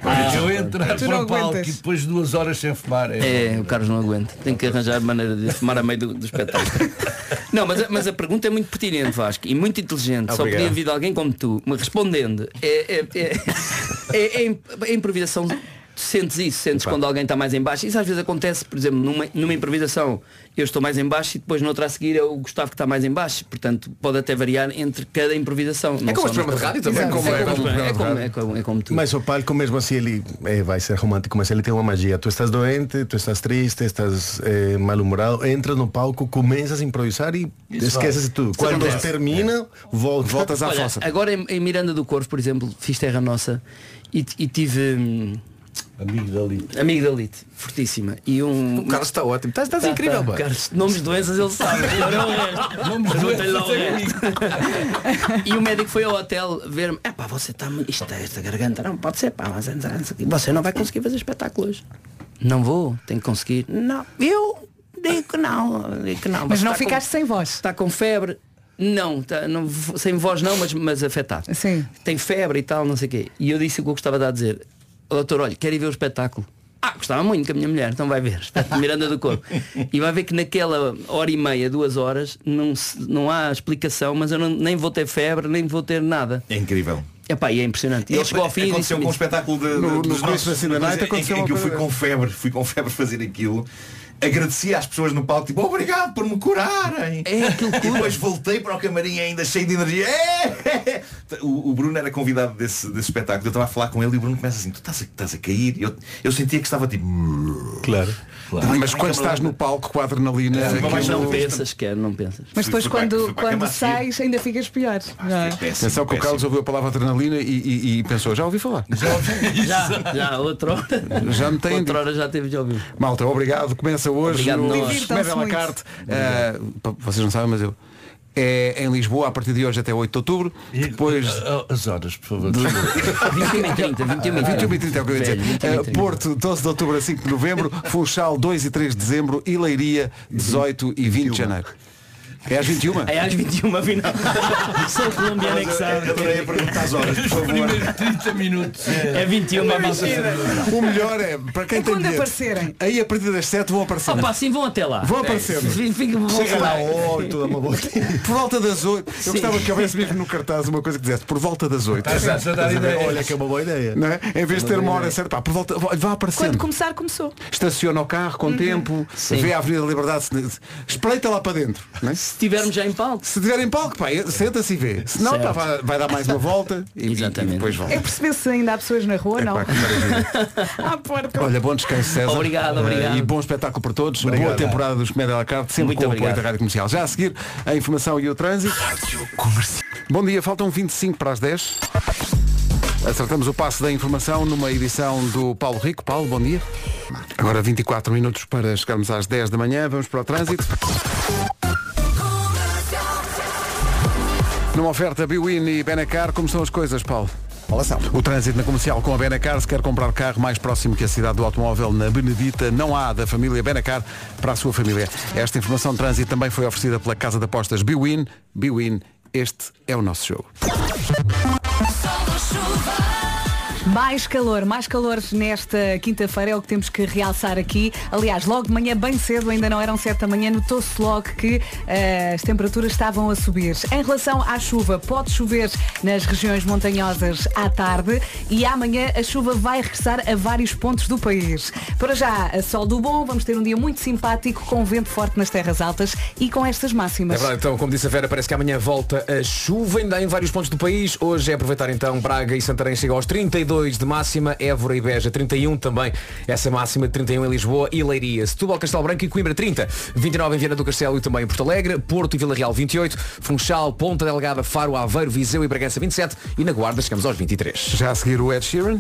Speaker 17: Ah,
Speaker 18: eu entrar
Speaker 3: Tu
Speaker 18: para
Speaker 3: não
Speaker 18: o palco
Speaker 3: aguentas.
Speaker 18: e depois duas horas sem fumar. É,
Speaker 17: É, o Carlos não aguenta. Tem que arranjar maneira de fumar a meio do, do espetáculo. Não, mas a, mas a pergunta é muito pertinente, Vasco, e muito inteligente. Só
Speaker 6: Obrigado.
Speaker 17: podia vir de alguém como tu, me respondendo. É, é, é, é- é imp- a improvisação. tu Sentes isso, sentes quando alguém está mais em baixo. Isso às vezes acontece, por exemplo, numa, numa improvisação eu estou mais em baixo e depois noutra a seguir é o Gustavo que está mais em baixo. Portanto, pode até variar entre cada improvisação. Não
Speaker 6: É como os
Speaker 17: só
Speaker 6: programas de
Speaker 17: no-
Speaker 6: rádio também.
Speaker 17: É como-
Speaker 6: Exato.
Speaker 17: é
Speaker 6: É
Speaker 17: como-
Speaker 6: como-
Speaker 17: é como- é como- é como tu.
Speaker 16: Mas o palco mesmo assim ele eh, vai ser romântico, mas ele tem uma magia. Tu estás doente, tu estás triste, estás eh, mal-humorado, entras no palco, começas a improvisar e
Speaker 18: Isso
Speaker 16: esqueces de tudo. Quando
Speaker 17: acontece. É. Então,
Speaker 16: termina, volta- voltas à
Speaker 17: Olha,
Speaker 16: fossa.
Speaker 17: Agora em, em Miranda do Corvo, por exemplo, fiz terra nossa e, t- e tive hum,
Speaker 18: amigo dali.
Speaker 17: amigdalite, fortíssima. E um.
Speaker 6: O Carlos está ótimo. Estás, estás
Speaker 17: Tá,
Speaker 6: incrível,
Speaker 17: tá,
Speaker 6: pá.
Speaker 17: Carlos, nomes de doenças ele sabe. Agora é o resto.
Speaker 18: Nomes de
Speaker 17: Pergunta-lhe lá o
Speaker 18: doenças é
Speaker 17: resto. E o médico foi ao hotel ver-me. É pá, você está. Isto é esta garganta. Não, pode ser, pá, mas é antes- antes- você não vai conseguir fazer espetáculos. Não vou, tenho que conseguir. Não, eu digo que não, digo que não.
Speaker 3: Mas não
Speaker 17: está com-
Speaker 3: ficaste sem voz.
Speaker 17: Está com febre? Não, tá- não vo- sem voz não, mas, mas afetado.
Speaker 3: Sim.
Speaker 17: Tem febre e tal, não sei o quê. E eu disse o que eu gostava de dizer. "Ó, Doutor, olha, quer ir ver o espetáculo? Ah, gostava muito com a minha mulher, então vai ver. Espetáculo Miranda do Corpo. E vai ver que naquela hora e meia, duas horas, não, se- não há explicação, mas eu não- nem vou ter febre, nem vou ter nada.
Speaker 11: É incrível.
Speaker 17: Epá, e é impressionante. E ele chegou ao fim e disse,
Speaker 11: aconteceu com um espetáculo de, de-
Speaker 17: No- no
Speaker 11: dos
Speaker 17: começo
Speaker 11: nossos,
Speaker 17: da Cinda Night
Speaker 11: em- em-
Speaker 17: aconteceu
Speaker 11: em, que eu
Speaker 17: uma
Speaker 11: fui
Speaker 17: coisa-
Speaker 11: com febre, fui com febre fazer aquilo. Agradeci às pessoas no palco, tipo, obrigado por me curarem.
Speaker 17: É, aquilo
Speaker 11: e depois voltei para o camarim ainda cheio de energia. É! O, o Bruno era convidado desse, desse espetáculo. Eu estava a falar com ele e o Bruno começa assim, tu estás a, estás a cair. E Eu, eu sentia que estava tipo.
Speaker 1: Claro.
Speaker 11: Claro.
Speaker 1: Mas quando estás no palco com a adrenalina.
Speaker 11: É,
Speaker 1: aquilo-
Speaker 17: Mas não pensas, quer, não pensas.
Speaker 3: Mas depois quando, quando sais ainda ficas pior. não é?
Speaker 1: Atenção que o Carlos ouviu a palavra adrenalina e, e- e pensou, já ouvi falar.
Speaker 17: Já, já, outra hora.
Speaker 1: Já me tem.
Speaker 17: Outra hora já teve de ouvir.
Speaker 1: Malta, obrigado. Começa hoje
Speaker 17: Obrigado,
Speaker 1: o
Speaker 17: nós.
Speaker 1: Comédia à la
Speaker 17: Divirtam-se
Speaker 1: carte. Eh, pa- vocês não sabem, mas eu. É em Lisboa a partir de hoje até 8 de outubro. Depois.
Speaker 17: Ah,
Speaker 18: As horas, por favor.
Speaker 17: 21 e 30, 21 e 30.
Speaker 1: 21 e 30 é o que eu ia dizer.
Speaker 17: Ah, Velho, 21 e
Speaker 1: Eh,
Speaker 17: 30.
Speaker 1: Porto, 12 de outubro a 5 de novembro. Funchal, 2 e 3 de dezembro. E Leiria,
Speaker 17: Uhum.
Speaker 1: 18 e 20 de janeiro. É às 21?
Speaker 17: É às 21, afinal. Sou colombiano é que sabe.
Speaker 11: Adorei a pergunta às horas, por favor.
Speaker 18: 30 minutos.
Speaker 17: É
Speaker 2: jo
Speaker 17: 21, a malta.
Speaker 1: O melhor é,
Speaker 18: pra
Speaker 1: para quem
Speaker 17: É
Speaker 1: tem
Speaker 17: quando
Speaker 1: bilhetes,
Speaker 17: aparecerem.
Speaker 1: Aí a partir das 7 vão aparecer.
Speaker 17: Opa, sim, vão até lá.
Speaker 1: Vão aparecer.
Speaker 17: Sim, fica- vão falar.
Speaker 1: Oh, Por volta das 8. Eu
Speaker 17: Sim.
Speaker 1: gostava que houvesse mesmo no cartaz uma coisa que dissesse por volta das 8.
Speaker 18: Estás a- estás a dar ideias.
Speaker 1: Olha que é uma boa ideia. Não é? Em vez de ter uma hora certa, pá, por volta, vá
Speaker 3: Quando
Speaker 1: aparecendo.
Speaker 3: começar, começou.
Speaker 1: Estaciona o carro com tempo,
Speaker 17: Uhum. Sim.
Speaker 1: vê a Avenida da Liberdade, se- espreita lá para dentro. não é?
Speaker 17: Se tivermos já em palco.
Speaker 1: Se tiver em palco, pá, senta-se e vê. Se não,
Speaker 17: Certo.
Speaker 1: pá, vai, vai dar mais uma volta e, e depois volta.
Speaker 3: É perceber se ainda há pessoas na rua ou não.
Speaker 1: é?
Speaker 17: É
Speaker 3: Ah, porca.
Speaker 1: Olha, bom descanso, César.
Speaker 17: Obrigado,
Speaker 1: Eh,
Speaker 17: obrigado.
Speaker 1: E bom espetáculo para todos. Boa
Speaker 17: Obrigado.
Speaker 1: temporada dos Comédia à la Carte, sempre
Speaker 17: Muito
Speaker 1: com o apoio
Speaker 17: obrigado.
Speaker 1: da Rádio Comercial. Já a seguir, a informação e o trânsito. Bom dia, faltam 25 para as 10. Acertamos o passo da informação numa edição do Paulo Rico. Paulo, bom dia. Agora 24 minutos para chegarmos às 10 da manhã. Vamos para o trânsito. Numa oferta Biwin e Benacar, como são as coisas, Paulo? O trânsito na comercial com a Benacar, se quer comprar carro mais próximo que a cidade do automóvel na Benedita, não há da família Benacar para a sua família. Esta informação de trânsito também foi oferecida pela Casa de Apostas Biwin. Biwin, este é o nosso jogo.
Speaker 3: Mais calor, mais calor nesta quinta-feira é o que temos que realçar aqui. Aliás, logo de manhã, bem cedo, ainda não eram 7 da manhã, notou-se logo que eh, as temperaturas estavam a subir. Em relação à chuva, pode chover nas regiões montanhosas à tarde e amanhã a chuva vai regressar a vários pontos do país. Para já, a sol do bom, vamos ter um dia muito simpático, com vento forte nas terras altas e com estas
Speaker 6: É
Speaker 3: máximas.
Speaker 6: verdade, então, como disse a Vera, parece que amanhã volta a chuva ainda em vários pontos do país. Hoje é aproveitar então, Braga e Santarém chega aos 32 de máxima, Évora e Beja 31 também, essa máxima de 31 em Lisboa e Leiria, Setúbal, Castelo Branco e Coimbra 30, 29 em Viana do Castelo e também em Porto Alegre, Porto e Vila Real 28, Funchal, Ponta Delgada, Faro, Aveiro, Viseu e Bragança 27 e na Guarda chegamos aos 23.
Speaker 1: Já a seguir o Ed Sheeran.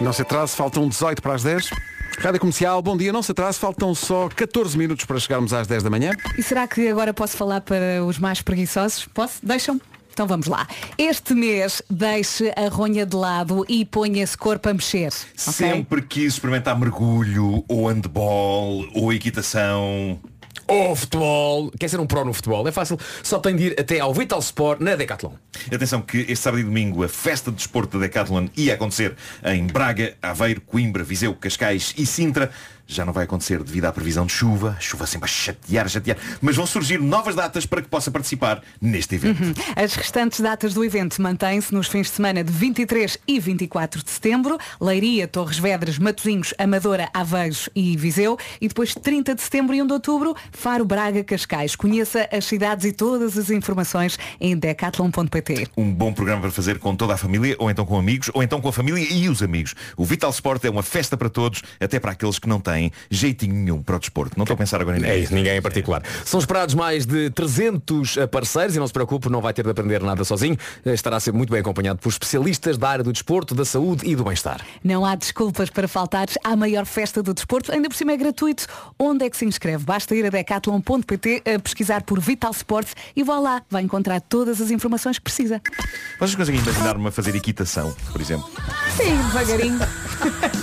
Speaker 1: Não se atrase, faltam 18 para as 10. Rádio Comercial, bom dia, não se atrase, faltam só 14 minutos para chegarmos às 10 da manhã.
Speaker 3: E será que agora posso falar para os mais preguiçosos? Posso? Deixam-me? Então vamos lá. Este mês deixe a ronha de lado e ponha esse corpo a mexer. ok?
Speaker 11: Sempre quis experimentar mergulho, ou handball, ou equitação.
Speaker 6: Ou futebol, quer ser um pró no futebol, é fácil, só tem de ir até ao Vital Sport na Decathlon.
Speaker 11: Atenção que este sábado e domingo a festa de desporto da Decathlon ia acontecer em Braga, Aveiro, Coimbra, Viseu, Cascais e Sintra. Já não vai acontecer devido à previsão de chuva, chuva sempre a chatear, a chatear, mas vão surgir novas datas para que possa participar neste evento.
Speaker 3: Uhum. As restantes datas do evento mantêm-se nos fins de semana de 23 e 24 de setembro, Leiria, Torres Vedras, Matosinhos, Amadora, Aveiros e Viseu, e depois 30 de setembro e 1 de outubro, Faro, Braga, Cascais. Conheça as cidades e todas as informações em decathlon.pt.
Speaker 11: Um bom programa para fazer com toda a família, ou então com amigos, ou então com a família e os amigos. O Vital Sport é uma festa para todos, até para aqueles que não têm jeitinho nenhum para o desporto. Não estou a pensar agora em ninguém.
Speaker 6: É isso, ninguém em particular. São esperados mais de 300 parceiros e não se preocupe, não vai ter de aprender nada sozinho. Eh, Estará sempre muito bem acompanhado por especialistas da área do desporto, da saúde e do bem-estar.
Speaker 3: Não há desculpas para faltares à maior festa do desporto, ainda por cima é gratuito. Onde é que se inscreve? Basta ir a decathlon.pt a pesquisar por Vital Sport e vá lá, vai encontrar todas as informações que precisa.
Speaker 11: É. Vocês conseguem imaginar-me a fazer equitação, por exemplo?
Speaker 3: Sim, devagarinho.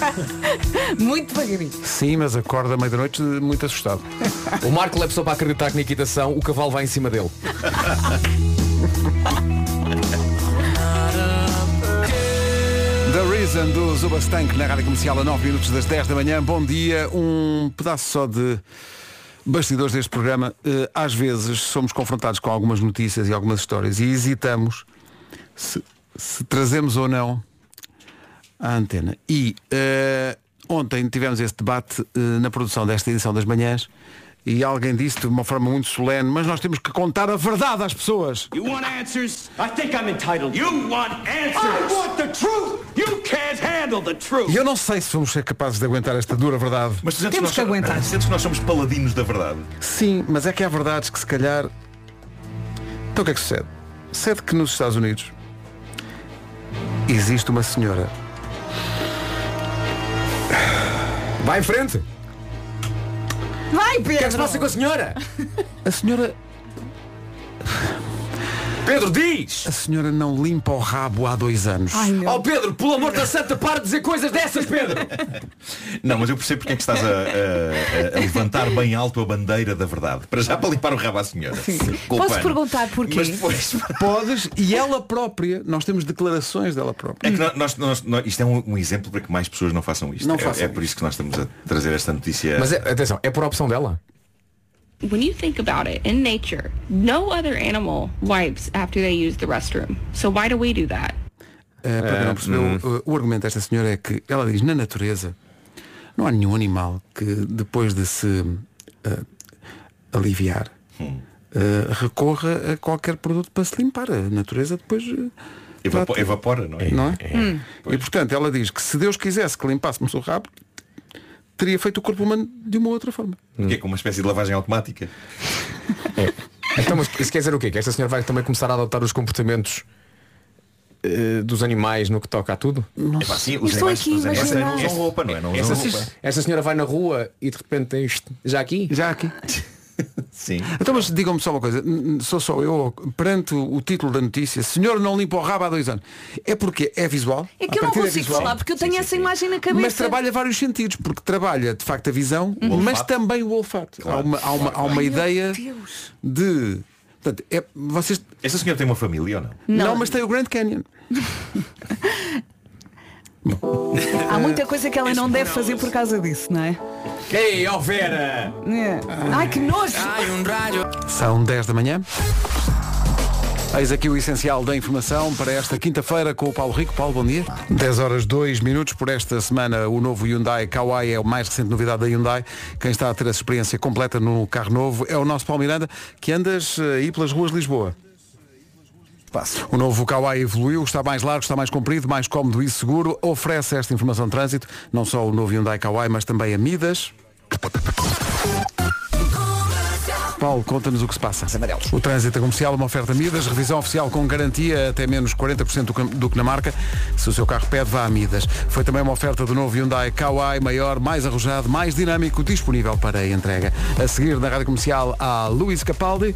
Speaker 3: Muito devagarinho.
Speaker 1: Sim, mas acorda à meia-noite muito assustado.
Speaker 6: O Marco Lepsou para acreditar que na equitação o cavalo vai em cima dele.
Speaker 1: The Reason do Zubastank na Rádio Comercial a 9 minutos das 10 da manhã. Bom dia. Um pedaço só de bastidores deste programa. Eh, Às vezes somos confrontados com algumas notícias e algumas histórias e hesitamos se, se trazemos ou não à antena. E eh, ontem tivemos esse debate eh, na produção desta edição das manhãs e alguém disse de uma forma muito solene, mas nós temos que contar a verdade às pessoas.
Speaker 9: You want answers? I think I'm entitled. You want answers? I want the truth. You can't handle the truth.
Speaker 1: E eu não sei se vamos ser capazes de aguentar esta dura verdade.
Speaker 11: Mas tu sentes nós- Sentes que nós somos paladinos da verdade.
Speaker 1: Sim, mas é que há verdades que se calhar. Então o que é que sucede? Sucede que nos Estados Unidos existe uma senhora. Vai em frente!
Speaker 3: Vai, Pedro! O que é que
Speaker 6: se passa com a senhora?
Speaker 1: A senhora.
Speaker 6: Pedro, diz!
Speaker 1: A senhora não limpa o rabo há dois anos.
Speaker 6: oh Pedro, pelo amor da santa, para de dizer coisas dessas, Pedro!
Speaker 11: Não, mas eu percebo porque é que estás a, a- a levantar bem alto a bandeira da verdade. Para já para limpar o rabo à senhora. Com o
Speaker 3: Posso
Speaker 11: pano.
Speaker 3: perguntar porquê?
Speaker 11: Mas depois-
Speaker 1: Podes, e ela própria, nós temos declarações dela própria.
Speaker 11: É que nó- nós, nós- nós- isto é um, um exemplo para que mais pessoas não façam isto.
Speaker 1: Não
Speaker 11: é,
Speaker 1: façam
Speaker 11: é por isso que nós estamos a trazer esta notícia.
Speaker 6: Mas é- atenção, é por opção dela.
Speaker 19: When you think about it, in nature, no other animal wipes after they use the restroom. So why do we do that?
Speaker 1: Uh, para quem
Speaker 11: É,
Speaker 1: não percebeu,
Speaker 11: hum.
Speaker 1: uh, o argumento desta senhora é que ela diz, na natureza, não há nenhum animal que depois de se uh, aliviar
Speaker 11: Hum.
Speaker 1: uh, recorra a qualquer produto para se limpar. A natureza depois. uh,
Speaker 11: Evapo-
Speaker 1: trata.
Speaker 11: evapora, não é?
Speaker 1: Não é?
Speaker 11: É.
Speaker 6: Hmm.
Speaker 11: Hum.
Speaker 1: E portanto ela diz que se Deus quisesse que limpássemos o rabo, teria feito o corpo humano de uma outra forma.
Speaker 11: Que é como uma espécie de lavagem automática.
Speaker 6: Então, mas isso quer dizer o quê? Que esta senhora vai também começar a adotar os comportamentos eh, dos animais no que toca a tudo?
Speaker 1: Não
Speaker 11: Epá, sim, os Estou animais- aqui a os animais imaginar. não usam roupa, não é? Não usam
Speaker 6: esta,
Speaker 11: roupa.
Speaker 6: esta senhora vai na rua e de repente tem isto. Já aqui?
Speaker 1: Já aqui.
Speaker 11: Sim.
Speaker 1: Então mas digam-me só uma coisa, n- n- sou só eu perante o o título da notícia, senhor não limpa o rabo há dois anos. É porque é visual.
Speaker 3: É que
Speaker 1: À
Speaker 3: eu não
Speaker 1: partida é
Speaker 3: consigo
Speaker 1: visual.
Speaker 3: falar porque eu tenho essa imagem na cabeça.
Speaker 1: Mas trabalha vários sentidos, porque trabalha de facto a visão,
Speaker 3: Uhum.
Speaker 1: mas
Speaker 3: olfato.
Speaker 1: também o olfato. há uma, há uma, há uma
Speaker 3: Ai, meu
Speaker 1: ideia
Speaker 3: Deus.
Speaker 1: de. Portanto, é, vocês...
Speaker 11: Esta senhora tem uma família ou não?
Speaker 1: não? mas tem o Grand Canyon.
Speaker 3: Há muita coisa que ela não
Speaker 1: é
Speaker 3: deve fazer por causa disso, não é?
Speaker 6: Ei, ó Vera!
Speaker 3: É. Ai, que nojo!
Speaker 1: São 10 da manhã. Eis aqui o essencial da informação para esta quinta-feira com o Paulo Rico. Paulo, bom dia. 10 horas 2 minutos por esta semana. O novo Hyundai Kauai é a mais recente novidade da Hyundai. Quem está a ter a experiência completa no carro novo é o nosso Paulo Miranda, que andas eh, aí pelas ruas de Lisboa. O novo Kauai evoluiu, está mais largo, está mais comprido, mais cómodo e seguro. Oferece esta informação de trânsito, não só o novo Hyundai Kauai, mas também a Midas. Paulo, conta-nos o que se passa. O trânsito é comercial, uma oferta Midas, revisão oficial com garantia até menos 40% do que- do que na marca. Se o seu carro pede, vá a Midas. Foi também uma oferta do novo Hyundai Kauai, maior, mais arrojado, mais dinâmico, disponível para entrega. A seguir na rádio comercial há Luís Capaldi.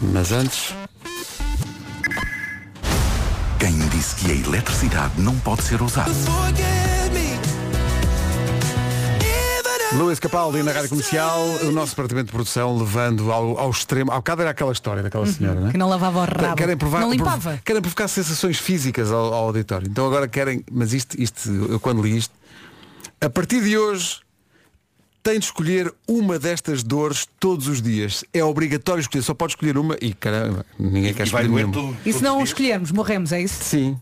Speaker 1: Mas antes.
Speaker 20: Quem disse que a eletricidade não pode ser usada?
Speaker 1: Luís Capaldi na Rádio Comercial, o nosso departamento de produção levando ao, ao extremo, ao bocado era aquela história daquela senhora, não é?
Speaker 3: Uhum. Que não lavava o rabo.
Speaker 1: Querem provar,
Speaker 3: não
Speaker 1: provo-
Speaker 3: limpava.
Speaker 1: querem provocar sensações físicas ao, ao auditório. Então agora querem, mas isto, isto, eu quando li isto, a partir de hoje tem de escolher uma destas dores todos os dias. É obrigatório escolher, só pode escolher uma e caramba, ninguém quer escolher nenhuma.
Speaker 3: E se não escolhermos, morremos, é isso?
Speaker 1: Sim.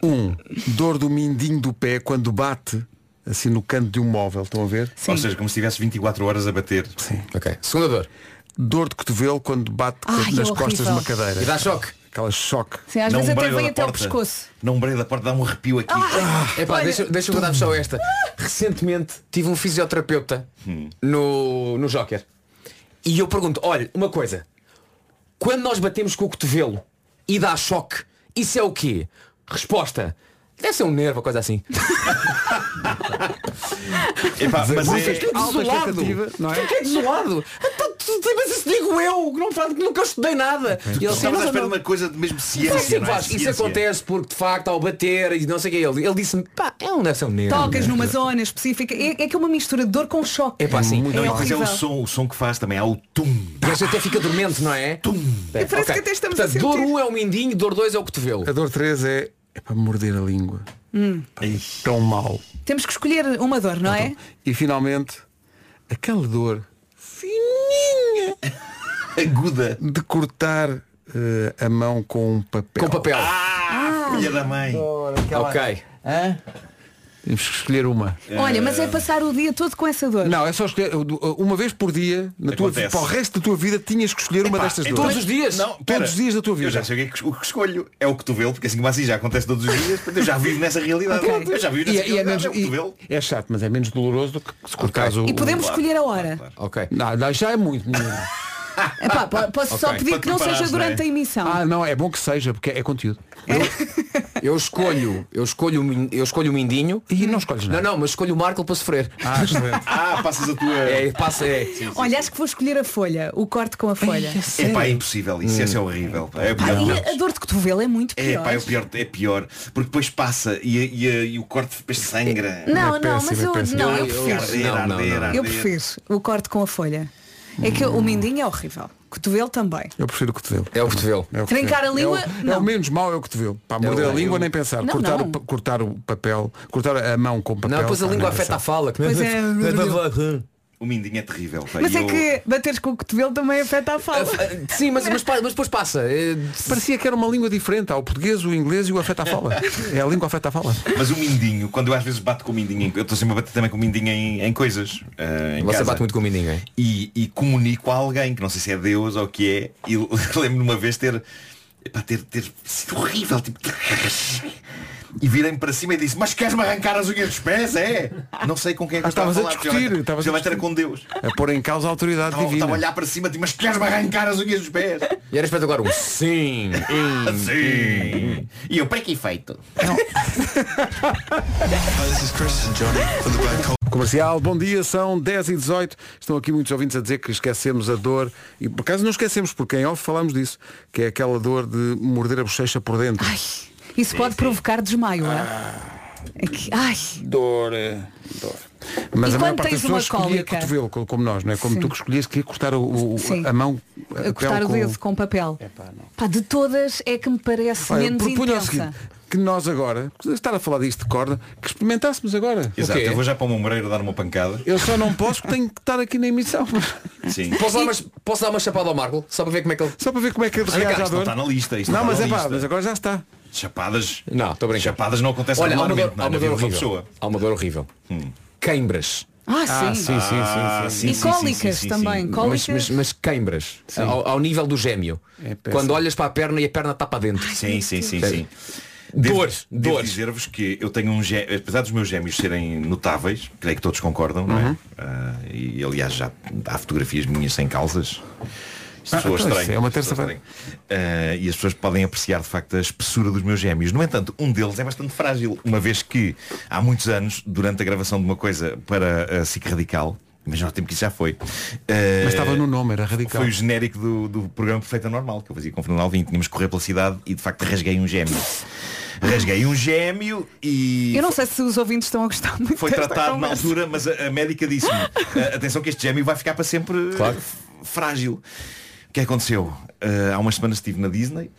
Speaker 1: Um, dor do mindinho do pé quando bate assim no canto de um móvel, estão a ver?
Speaker 11: Ou seja, como se tivesse 24 horas a bater.
Speaker 1: Sim.
Speaker 6: Ok. Segunda dor.
Speaker 1: Dor de cotovelo quando bate
Speaker 3: Ai,
Speaker 1: nas
Speaker 3: é
Speaker 1: costas de
Speaker 3: horrível.
Speaker 1: uma cadeira.
Speaker 6: E dá choque.
Speaker 1: Aquela choque.
Speaker 3: Sim, às
Speaker 11: Na
Speaker 3: vezes até
Speaker 11: ombreira
Speaker 3: vem
Speaker 11: da
Speaker 3: até ao
Speaker 11: porta.
Speaker 3: pescoço.
Speaker 11: Na ombreira da porta dá um arrepio aqui.
Speaker 6: Epá, deixa, deixa eu dar-vos só esta. Recentemente tive um fisioterapeuta
Speaker 11: Hum.
Speaker 6: no, no Joker. E eu pergunto, olha, uma coisa. Quando nós batemos com o cotovelo e dá choque, isso é o quê? Resposta. Deve ser um nervo, coisa assim.
Speaker 11: Epá, mas
Speaker 6: Vocês
Speaker 11: é...
Speaker 6: que é desolado. Que é desolado. Então, tu- tu- Mas isso digo eu, que não falo- que nunca estudei nada. E
Speaker 11: Tu
Speaker 6: ele disse,
Speaker 11: estavas à
Speaker 6: não,
Speaker 11: espera de
Speaker 6: não.
Speaker 11: uma coisa de mesmo
Speaker 6: Não
Speaker 11: ciência.
Speaker 6: é assim que
Speaker 11: não é?
Speaker 6: faz. Isso
Speaker 11: Ciência.
Speaker 6: acontece porque de facto ao bater e não sei o que ele, ele disse-me, pá, é um deve ser um nervo.
Speaker 3: Tocas numa zona específica. É, é que é uma mistura de dor com choque.
Speaker 6: Epá, sim.
Speaker 11: Não,
Speaker 3: É
Speaker 1: um
Speaker 11: e depois é o
Speaker 3: horrível.
Speaker 11: som, o som que faz também, há o tum.
Speaker 6: E a gente até fica dormente, não é? Tum.
Speaker 3: E parece que até estamos a
Speaker 6: Portanto, dor 1 é o mindinho, dor 2 é o cotovelo.
Speaker 1: A dor 3 é, é para morder a língua.
Speaker 3: Hum.
Speaker 1: Tão mal.
Speaker 3: Temos que escolher uma dor, não é?
Speaker 1: E finalmente, aquela dor fininha.
Speaker 11: Aguda.
Speaker 1: De cortar eh, a mão com um papel.
Speaker 11: Ah,
Speaker 6: Com papel.
Speaker 1: Ah,
Speaker 11: Filha da mãe.
Speaker 6: Ok.
Speaker 18: Hã?
Speaker 1: Temos que escolher uma.
Speaker 3: Olha, mas é passar o dia todo com essa dor.
Speaker 1: Não, é só escolher uma vez por dia, na tua,
Speaker 11: Acontece.
Speaker 1: para o resto da tua vida, tinhas que escolher uma
Speaker 11: Epá,
Speaker 1: destas duas.
Speaker 11: então- Não,
Speaker 1: todos
Speaker 11: pera.
Speaker 1: os dias da tua vida.
Speaker 11: Eu já sei o que, é que- o que escolho. É o cotovelo, porque assim como assim já acontece todos os dias, portanto eu já vivo nessa realidade.
Speaker 3: Ok.
Speaker 11: Eu já vivo nessa
Speaker 1: E é- e é,
Speaker 11: realidade.
Speaker 1: menos,
Speaker 11: é o
Speaker 1: e-
Speaker 11: cotovelo.
Speaker 1: é chato, mas é menos doloroso do que se cortares o.
Speaker 3: E podemos
Speaker 1: o-
Speaker 3: escolher a hora.
Speaker 1: Ok. Não, não, já é muito. menino.
Speaker 3: Epá, po- posso só
Speaker 1: Ok.
Speaker 3: pedir que não
Speaker 1: Para te
Speaker 3: seja
Speaker 1: preparares,
Speaker 3: durante
Speaker 1: não é?
Speaker 3: a emissão.
Speaker 1: Ah, não, é bom que seja, porque é conteúdo.
Speaker 6: Eu escolho, eu escolho, o min- eu escolho o Mindinho.
Speaker 1: E não escolhes
Speaker 6: nada. Não, não, mas escolho o Marco para sofrer.
Speaker 1: Ah, excelente.
Speaker 11: ah, passas a tua.
Speaker 6: É, passa, é.
Speaker 3: Olha, acho que vou escolher a folha, o corte com a folha.
Speaker 11: É pá, é impossível isso, isso é horrível. pá. É o
Speaker 3: Ah,
Speaker 11: pior.
Speaker 3: e a dor de cotovelo é muito
Speaker 11: É
Speaker 3: pior.
Speaker 11: pá, é o pior, é pior. Porque depois passa e, e, e o corte depois sangra.
Speaker 3: Não, É não, péssimo, mas é eu- péssimo. não, eu prefiro.
Speaker 11: Arder,
Speaker 6: Não, não,
Speaker 11: arder,
Speaker 6: não.
Speaker 11: arder.
Speaker 3: Eu prefiro o corte com a folha. É que o mindinho é horrível. Cotovelo também.
Speaker 1: Eu prefiro o cotovelo.
Speaker 6: É o cotovelo.
Speaker 1: É o cotovelo.
Speaker 3: Trincar a língua,
Speaker 1: É o, é
Speaker 3: não.
Speaker 1: o menos mau é o cotovelo. Para
Speaker 6: É
Speaker 1: morder
Speaker 6: o-
Speaker 1: a língua,
Speaker 6: eu-
Speaker 1: nem pensar.
Speaker 3: Não,
Speaker 1: cortar,
Speaker 3: não.
Speaker 1: O, pa- cortar o papel, cortar a mão com papel.
Speaker 6: Não, depois a
Speaker 1: pá,
Speaker 6: língua
Speaker 1: nem
Speaker 6: afeta
Speaker 1: pensar.
Speaker 6: a fala. que
Speaker 3: Pois
Speaker 6: não-
Speaker 3: é.
Speaker 6: hum.
Speaker 11: O mindinho é terrível. pá,
Speaker 3: Mas
Speaker 11: e
Speaker 3: é
Speaker 11: eu-
Speaker 3: que bateres com o cotovelo também afeta a fala.
Speaker 6: Sim, mas, mas, pa- mas depois passa. É,
Speaker 1: Parecia que era uma língua diferente. Há o português, o inglês e o afeta a fala. É a língua afeta a fala.
Speaker 11: Mas o mindinho, quando eu às vezes bato com o mindinho, em- eu estou sempre a bater também com o mindinho em, em coisas. eh, em
Speaker 6: Você
Speaker 11: casa.
Speaker 6: bate muito com o Mindinho, hein?
Speaker 11: e, e comunico a alguém que não sei se é Deus ou o que é e lembro-me de uma vez ter epá, ter, ter sido horrível tipo e virei-me para cima e disse mas queres-me arrancar as unhas dos pés é não sei com quem é que eu
Speaker 1: Ah,
Speaker 11: estava a
Speaker 1: estavas
Speaker 11: falar
Speaker 1: a
Speaker 11: porque
Speaker 1: discutir,
Speaker 11: já vai-
Speaker 1: estavas
Speaker 11: já
Speaker 1: a
Speaker 11: vai ter
Speaker 1: discutir.
Speaker 11: com Deus
Speaker 1: A pôr em causa a autoridade
Speaker 11: estava
Speaker 1: divina.
Speaker 11: estava a olhar para cima tipo mas queres-me arrancar as unhas dos pés
Speaker 6: E era espetacular um sim. hum.
Speaker 11: sim e eu para que efeito
Speaker 1: Comercial, bom dia, são 10 e 18 Estão aqui muitos ouvintes a dizer que esquecemos a dor E por acaso não esquecemos, porque em off falámos disso Que é aquela dor de morder a bochecha por dentro
Speaker 3: Ai, isso pode provocar desmaio, não é? É que- ai,
Speaker 1: Dor, é, dor Mas
Speaker 3: E
Speaker 1: a maior
Speaker 3: quando
Speaker 1: parte das
Speaker 3: tens uma
Speaker 1: pessoas escolhia
Speaker 3: cólica?
Speaker 1: cotovelo, co- como nós, não é? Como
Speaker 3: Sim.
Speaker 1: tu que escolhias que ia cortar o, o-
Speaker 3: Sim.
Speaker 1: a mão a
Speaker 3: a
Speaker 1: pele
Speaker 3: cortar o
Speaker 1: com-
Speaker 3: dedo com papel. Pá, de todas é que me parece
Speaker 1: Olha,
Speaker 3: menos
Speaker 1: propunha o
Speaker 3: intensa.
Speaker 1: seguinte Que nós agora, estar a falar disto de corda Que experimentássemos agora
Speaker 11: exato
Speaker 1: O quê?
Speaker 11: eu vou já para o meu moreiro dar uma pancada
Speaker 1: Eu só não posso porque tenho que estar aqui na emissão Ah.
Speaker 11: sim
Speaker 6: Posso, dar uma, posso dar uma chapada ao Marco? Só para ver como é que ele.
Speaker 1: Só para ver como é que ele
Speaker 6: Olha cá,
Speaker 1: reage à
Speaker 11: isto não
Speaker 1: dor
Speaker 11: está na lista isto
Speaker 1: Não,
Speaker 11: não
Speaker 1: mas
Speaker 11: está
Speaker 1: é
Speaker 11: na
Speaker 1: pá,
Speaker 11: lista.
Speaker 1: mas agora já está
Speaker 11: chapadas
Speaker 6: Não, estou a brincar.
Speaker 11: chapadas não acontecem
Speaker 6: Olha, há uma dor,
Speaker 11: regularmente,
Speaker 6: há uma
Speaker 11: não é?
Speaker 6: dor
Speaker 11: Na vida de uma
Speaker 6: horrível.
Speaker 11: pessoa Hum.
Speaker 6: Há uma dor horrível. Queimbras.
Speaker 3: Ah, sim.
Speaker 11: Ah, sim,
Speaker 3: E
Speaker 11: sim, sim,
Speaker 3: cólicas
Speaker 11: sim, sim,
Speaker 3: também.
Speaker 11: sim.
Speaker 6: Mas,
Speaker 3: Cólicas.
Speaker 6: mas, mas queimbras. Ao, ao nível do gêmeo.
Speaker 1: péssimo.
Speaker 6: Quando olhas para a perna e a perna está para dentro.
Speaker 11: Sim, sim, sim, sim.
Speaker 6: Dor,
Speaker 11: Devo
Speaker 6: dor.
Speaker 11: dizer-vos que eu tenho um gêmeo, apesar dos meus gêmeos serem notáveis, creio que todos concordam, não é?
Speaker 1: Uhum.
Speaker 11: Ah, e aliás já há fotografias minhas sem calças. Isto
Speaker 1: Ah,
Speaker 11: soa
Speaker 1: então,
Speaker 11: estranho.
Speaker 1: isso é uma
Speaker 11: isto soa
Speaker 1: terça-feira.
Speaker 11: estranho. Ah, e as pessoas podem apreciar de facto a espessura dos meus gêmeos. No entanto, um deles é bastante frágil, uma vez que há muitos anos, durante a gravação de uma coisa para a SIC Radical, mas nós tempo que isso já foi. ah,
Speaker 1: Mas estava no nome, era radical
Speaker 11: foi o genérico do, do programa Perfeita Normal, que eu fazia com o Fernando Alvim. Tínhamos que correr pela cidade e de facto rasguei um gêmeo. Rasguei um gêmeo e
Speaker 3: Eu não sei se os ouvintes estão a gostar muito
Speaker 11: foi
Speaker 3: desta
Speaker 11: tratado na
Speaker 3: conversa.
Speaker 11: altura, mas a, a médica disse-me, "Ah, atenção que este gêmeo vai ficar para sempre
Speaker 6: Claro.
Speaker 11: f- frágil. O que aconteceu? Ah, há umas semanas estive na Disney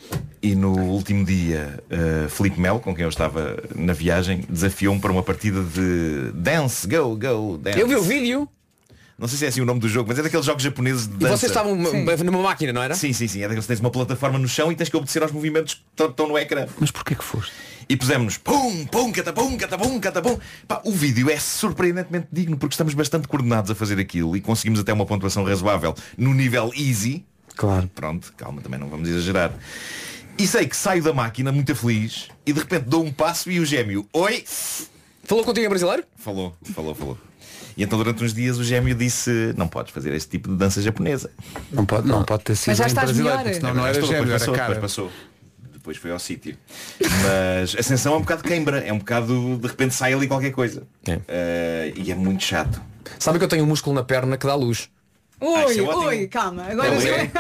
Speaker 11: e no último dia ah, Filipe Mel, com quem eu estava na viagem, desafiou-me para uma partida de Dance, Go, Go, Dance.
Speaker 6: Eu vi o vídeo
Speaker 11: Não sei se é assim o nome do jogo, mas é daqueles jogos japoneses de
Speaker 6: e
Speaker 11: dança.
Speaker 6: vocês estavam
Speaker 3: Sim.
Speaker 6: numa máquina, não era?
Speaker 11: Sim, sim, sim. É daqueles que tens uma plataforma no chão e tens que obedecer aos movimentos que estão- estão no ecrã.
Speaker 1: Mas porquê que foste?
Speaker 11: E pusemos pum, pum, catapum, catapum, catapum. Pá, o vídeo é surpreendentemente digno porque estamos bastante coordenados a fazer aquilo e conseguimos até uma pontuação razoável no nível easy.
Speaker 1: Claro.
Speaker 11: Pronto, calma, também não vamos exagerar. E sei que saio da máquina muito feliz e de repente dou um passo e o gêmeo, oi,
Speaker 6: Falou contigo em É brasileiro?
Speaker 11: Falou, falou, falou. E então durante uns dias o gêmeo disse não podes fazer este tipo de dança japonesa.
Speaker 1: Não pode, não pode ter sido
Speaker 3: Mas já
Speaker 1: em
Speaker 3: estás
Speaker 1: brasileiro,
Speaker 3: melhor.
Speaker 1: porque senão
Speaker 11: É
Speaker 1: não
Speaker 11: verdade,
Speaker 1: era
Speaker 11: estou,
Speaker 1: gêmeo,
Speaker 11: depois
Speaker 1: era
Speaker 11: passou,
Speaker 1: cara.
Speaker 11: Depois passou. Depois foi ao sítio. Mas Ascensão é um bocado queimbra. É um bocado, de repente sai ali qualquer coisa.
Speaker 6: É.
Speaker 11: Eh, e é muito chato.
Speaker 6: Sabem que eu tenho um músculo na perna que dá luz.
Speaker 11: Ah, isso
Speaker 3: Ui,
Speaker 11: é ótimo.
Speaker 3: ui, calma. Agora
Speaker 11: Ele
Speaker 3: já-
Speaker 11: é-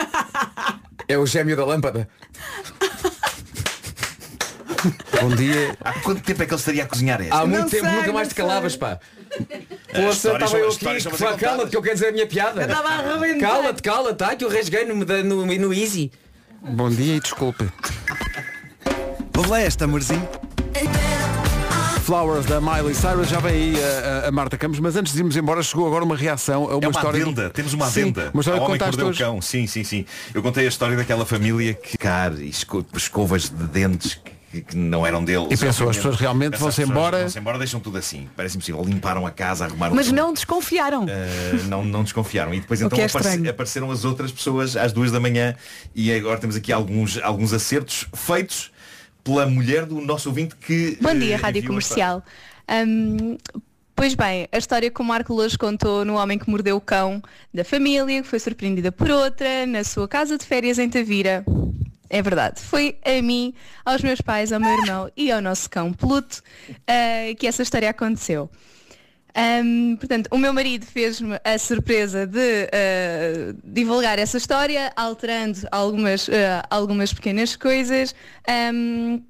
Speaker 6: É o gêmeo da lâmpada.
Speaker 1: Bom dia.
Speaker 11: Há quanto tempo é que ele estaria a cozinhar esta? É,
Speaker 6: Há muito
Speaker 3: sei,
Speaker 6: tempo nunca
Speaker 3: não
Speaker 6: mais te
Speaker 3: sei.
Speaker 6: calavas, pá. Poxa,
Speaker 11: histórias
Speaker 6: estava
Speaker 11: são-
Speaker 6: eu
Speaker 11: as histórias
Speaker 6: aqui.
Speaker 11: são
Speaker 6: que Vá,
Speaker 11: a ser
Speaker 6: cala-te
Speaker 11: contadas.
Speaker 6: que eu quero dizer a minha piada.
Speaker 3: Eu estava a arrebentar.
Speaker 6: Cala-te, cala-te, ai, que eu rasguei no, no, no Easy.
Speaker 1: Bom dia e desculpe.
Speaker 20: Lá esta, amorzinho.
Speaker 1: Flowers da Miley Cyrus, já vem aí a, a- a Marta Campos, mas antes de irmos embora chegou agora uma reação a uma,
Speaker 11: É uma
Speaker 1: história.
Speaker 11: adenda, temos uma
Speaker 1: Sim,
Speaker 11: adenda.
Speaker 1: Uma história que
Speaker 11: o homem
Speaker 1: contaste
Speaker 11: que mordeu o
Speaker 1: hoje.
Speaker 11: cão, sim, sim, sim. Eu contei a história daquela família que car e esco- escovas de dentes que que, que não eram deles.
Speaker 1: E pensou, as pessoas realmente
Speaker 11: Pensa,
Speaker 1: vão-se
Speaker 11: as pessoas
Speaker 1: embora?
Speaker 11: Vão-se embora, deixam tudo assim. Parece impossível. Limparam a casa, arrumaram
Speaker 3: Mas
Speaker 11: tudo.
Speaker 3: não desconfiaram.
Speaker 11: Uh, não, não desconfiaram. E depois
Speaker 3: O
Speaker 11: então
Speaker 3: que é
Speaker 11: aparece-
Speaker 3: estranho.
Speaker 11: apareceram as outras pessoas às duas da manhã e agora temos aqui alguns, alguns acertos feitos pela mulher do nosso ouvinte que.
Speaker 21: Bom
Speaker 11: eh,
Speaker 21: dia, Rádio
Speaker 11: enviou a história.
Speaker 21: Comercial. Ahm, pois bem, a história que o Marco Lourdes contou no Homem que Mordeu o Cão da família, que foi surpreendida por outra, na sua casa de férias em Tavira. É verdade. Foi a mim, aos meus pais, ao meu irmão e ao nosso cão Pluto ah, que essa história aconteceu. Ahm, portanto, o meu marido fez-me a surpresa de ah, divulgar essa história, alterando algumas, ah, algumas pequenas coisas. Hum, Ahm,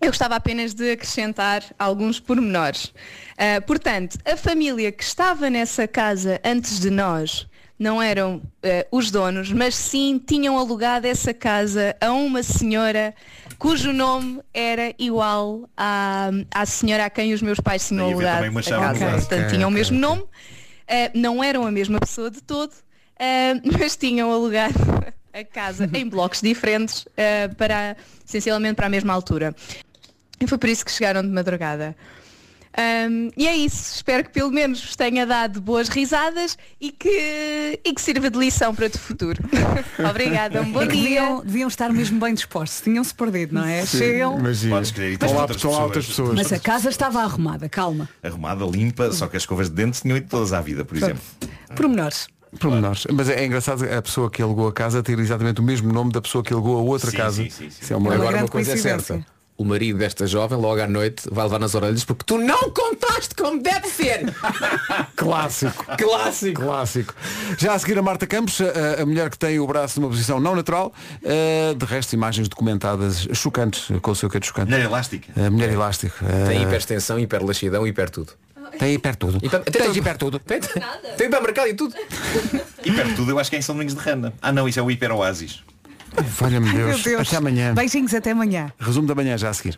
Speaker 21: eu gostava apenas de acrescentar alguns pormenores. Ah, portanto, a família que estava nessa casa antes de nós não eram ah, os donos, mas sim tinham alugado essa casa a uma senhora cujo nome era igual à, à senhora a quem os meus pais tinham
Speaker 11: Daí haver
Speaker 21: alugado
Speaker 11: também uma
Speaker 21: a
Speaker 11: chave no
Speaker 21: casa.
Speaker 11: braço.
Speaker 21: Portanto, tinham o mesmo nome, ah, não eram a mesma pessoa de todo, ah, mas tinham alugado a casa em blocos diferentes ah, para, essencialmente para a mesma altura. E foi por isso que chegaram de madrugada. Ahm, e é isso, espero que pelo menos vos tenha dado boas risadas e que, e que sirva de lição para o futuro. Obrigada, um bom
Speaker 3: E É que
Speaker 21: dia.
Speaker 3: Deviam, deviam estar mesmo bem dispostos, tinham-se perdido, não é?
Speaker 11: Sim,
Speaker 3: Chegam.
Speaker 11: imagina. Podes crer, e estão
Speaker 3: Mas-
Speaker 11: lá outras Estão lá outras pessoas. pessoas.
Speaker 3: Mas é a casa estava arrumada, calma.
Speaker 11: Arrumada, limpa, só que as escovas de dentes tinham ido todas à vida, por exemplo.
Speaker 3: Pormenores.
Speaker 1: Pormenores. Mas é, é engraçado a pessoa que alugou a casa ter exatamente o mesmo nome da pessoa que alugou a outra
Speaker 6: Sim,
Speaker 1: casa.
Speaker 6: sim, sim, sim.
Speaker 1: Isso é uma,
Speaker 6: Agora uma coisa é certa. O marido desta jovem, logo à noite, vai levar nas orelhas porque tu não contaste como deve ser.
Speaker 1: Clássico.
Speaker 6: Clássico.
Speaker 1: Clássico. Já a seguir a Marta Campos, a, a mulher que tem o braço numa posição não natural, eh, de resto imagens documentadas chocantes, com o seu que é de chocante.
Speaker 11: Mulher elástica.
Speaker 1: A mulher elástica. eh,
Speaker 6: Tem hipertensão, hiperlaxidão, hiper tudo.
Speaker 1: Tem hiper tudo. Tens hiper tudo.
Speaker 6: Então, Tem, tem mercado e tudo.
Speaker 11: Hipertudo, eu acho que é em São Domingos de Randa. Ah não, isso é o Hiper Oasis.
Speaker 1: Valha-me
Speaker 3: Ai,
Speaker 1: Deus. Até amanhã.
Speaker 3: Beijinhos até amanhã.
Speaker 1: Resumo da manhã já a seguir.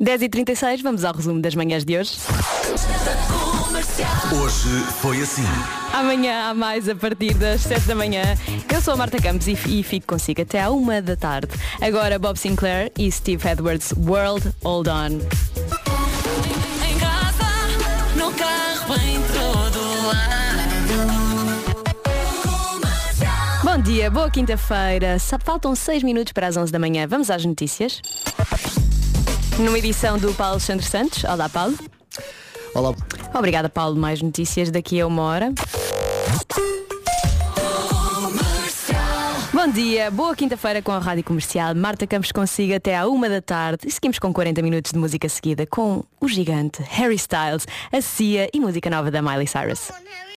Speaker 22: 10h36, vamos ao resumo das manhãs de hoje.
Speaker 20: Hoje foi assim.
Speaker 22: Amanhã há mais a partir das 7 da manhã. Eu sou a Marta Campos e, e fico consigo até à 1 da tarde. Agora Bob Sinclair e Steve Edwards, World Hold On.
Speaker 9: Em casa, no carro, em todo lado.
Speaker 22: Bom dia, boa quinta-feira. Sa- Faltam 6 minutos para as 11 da manhã. Vamos às notícias. Numa edição do Paulo Alexandre Santos. Olá, Paulo.
Speaker 23: Olá.
Speaker 22: Obrigada, Paulo. Mais notícias daqui a uma hora. Bom dia, boa quinta-feira com a Rádio Comercial. Marta Campos consigo até à uma da tarde e seguimos com 40 minutos de música seguida com o gigante Harry Styles, a Cia e música nova da Miley Cyrus.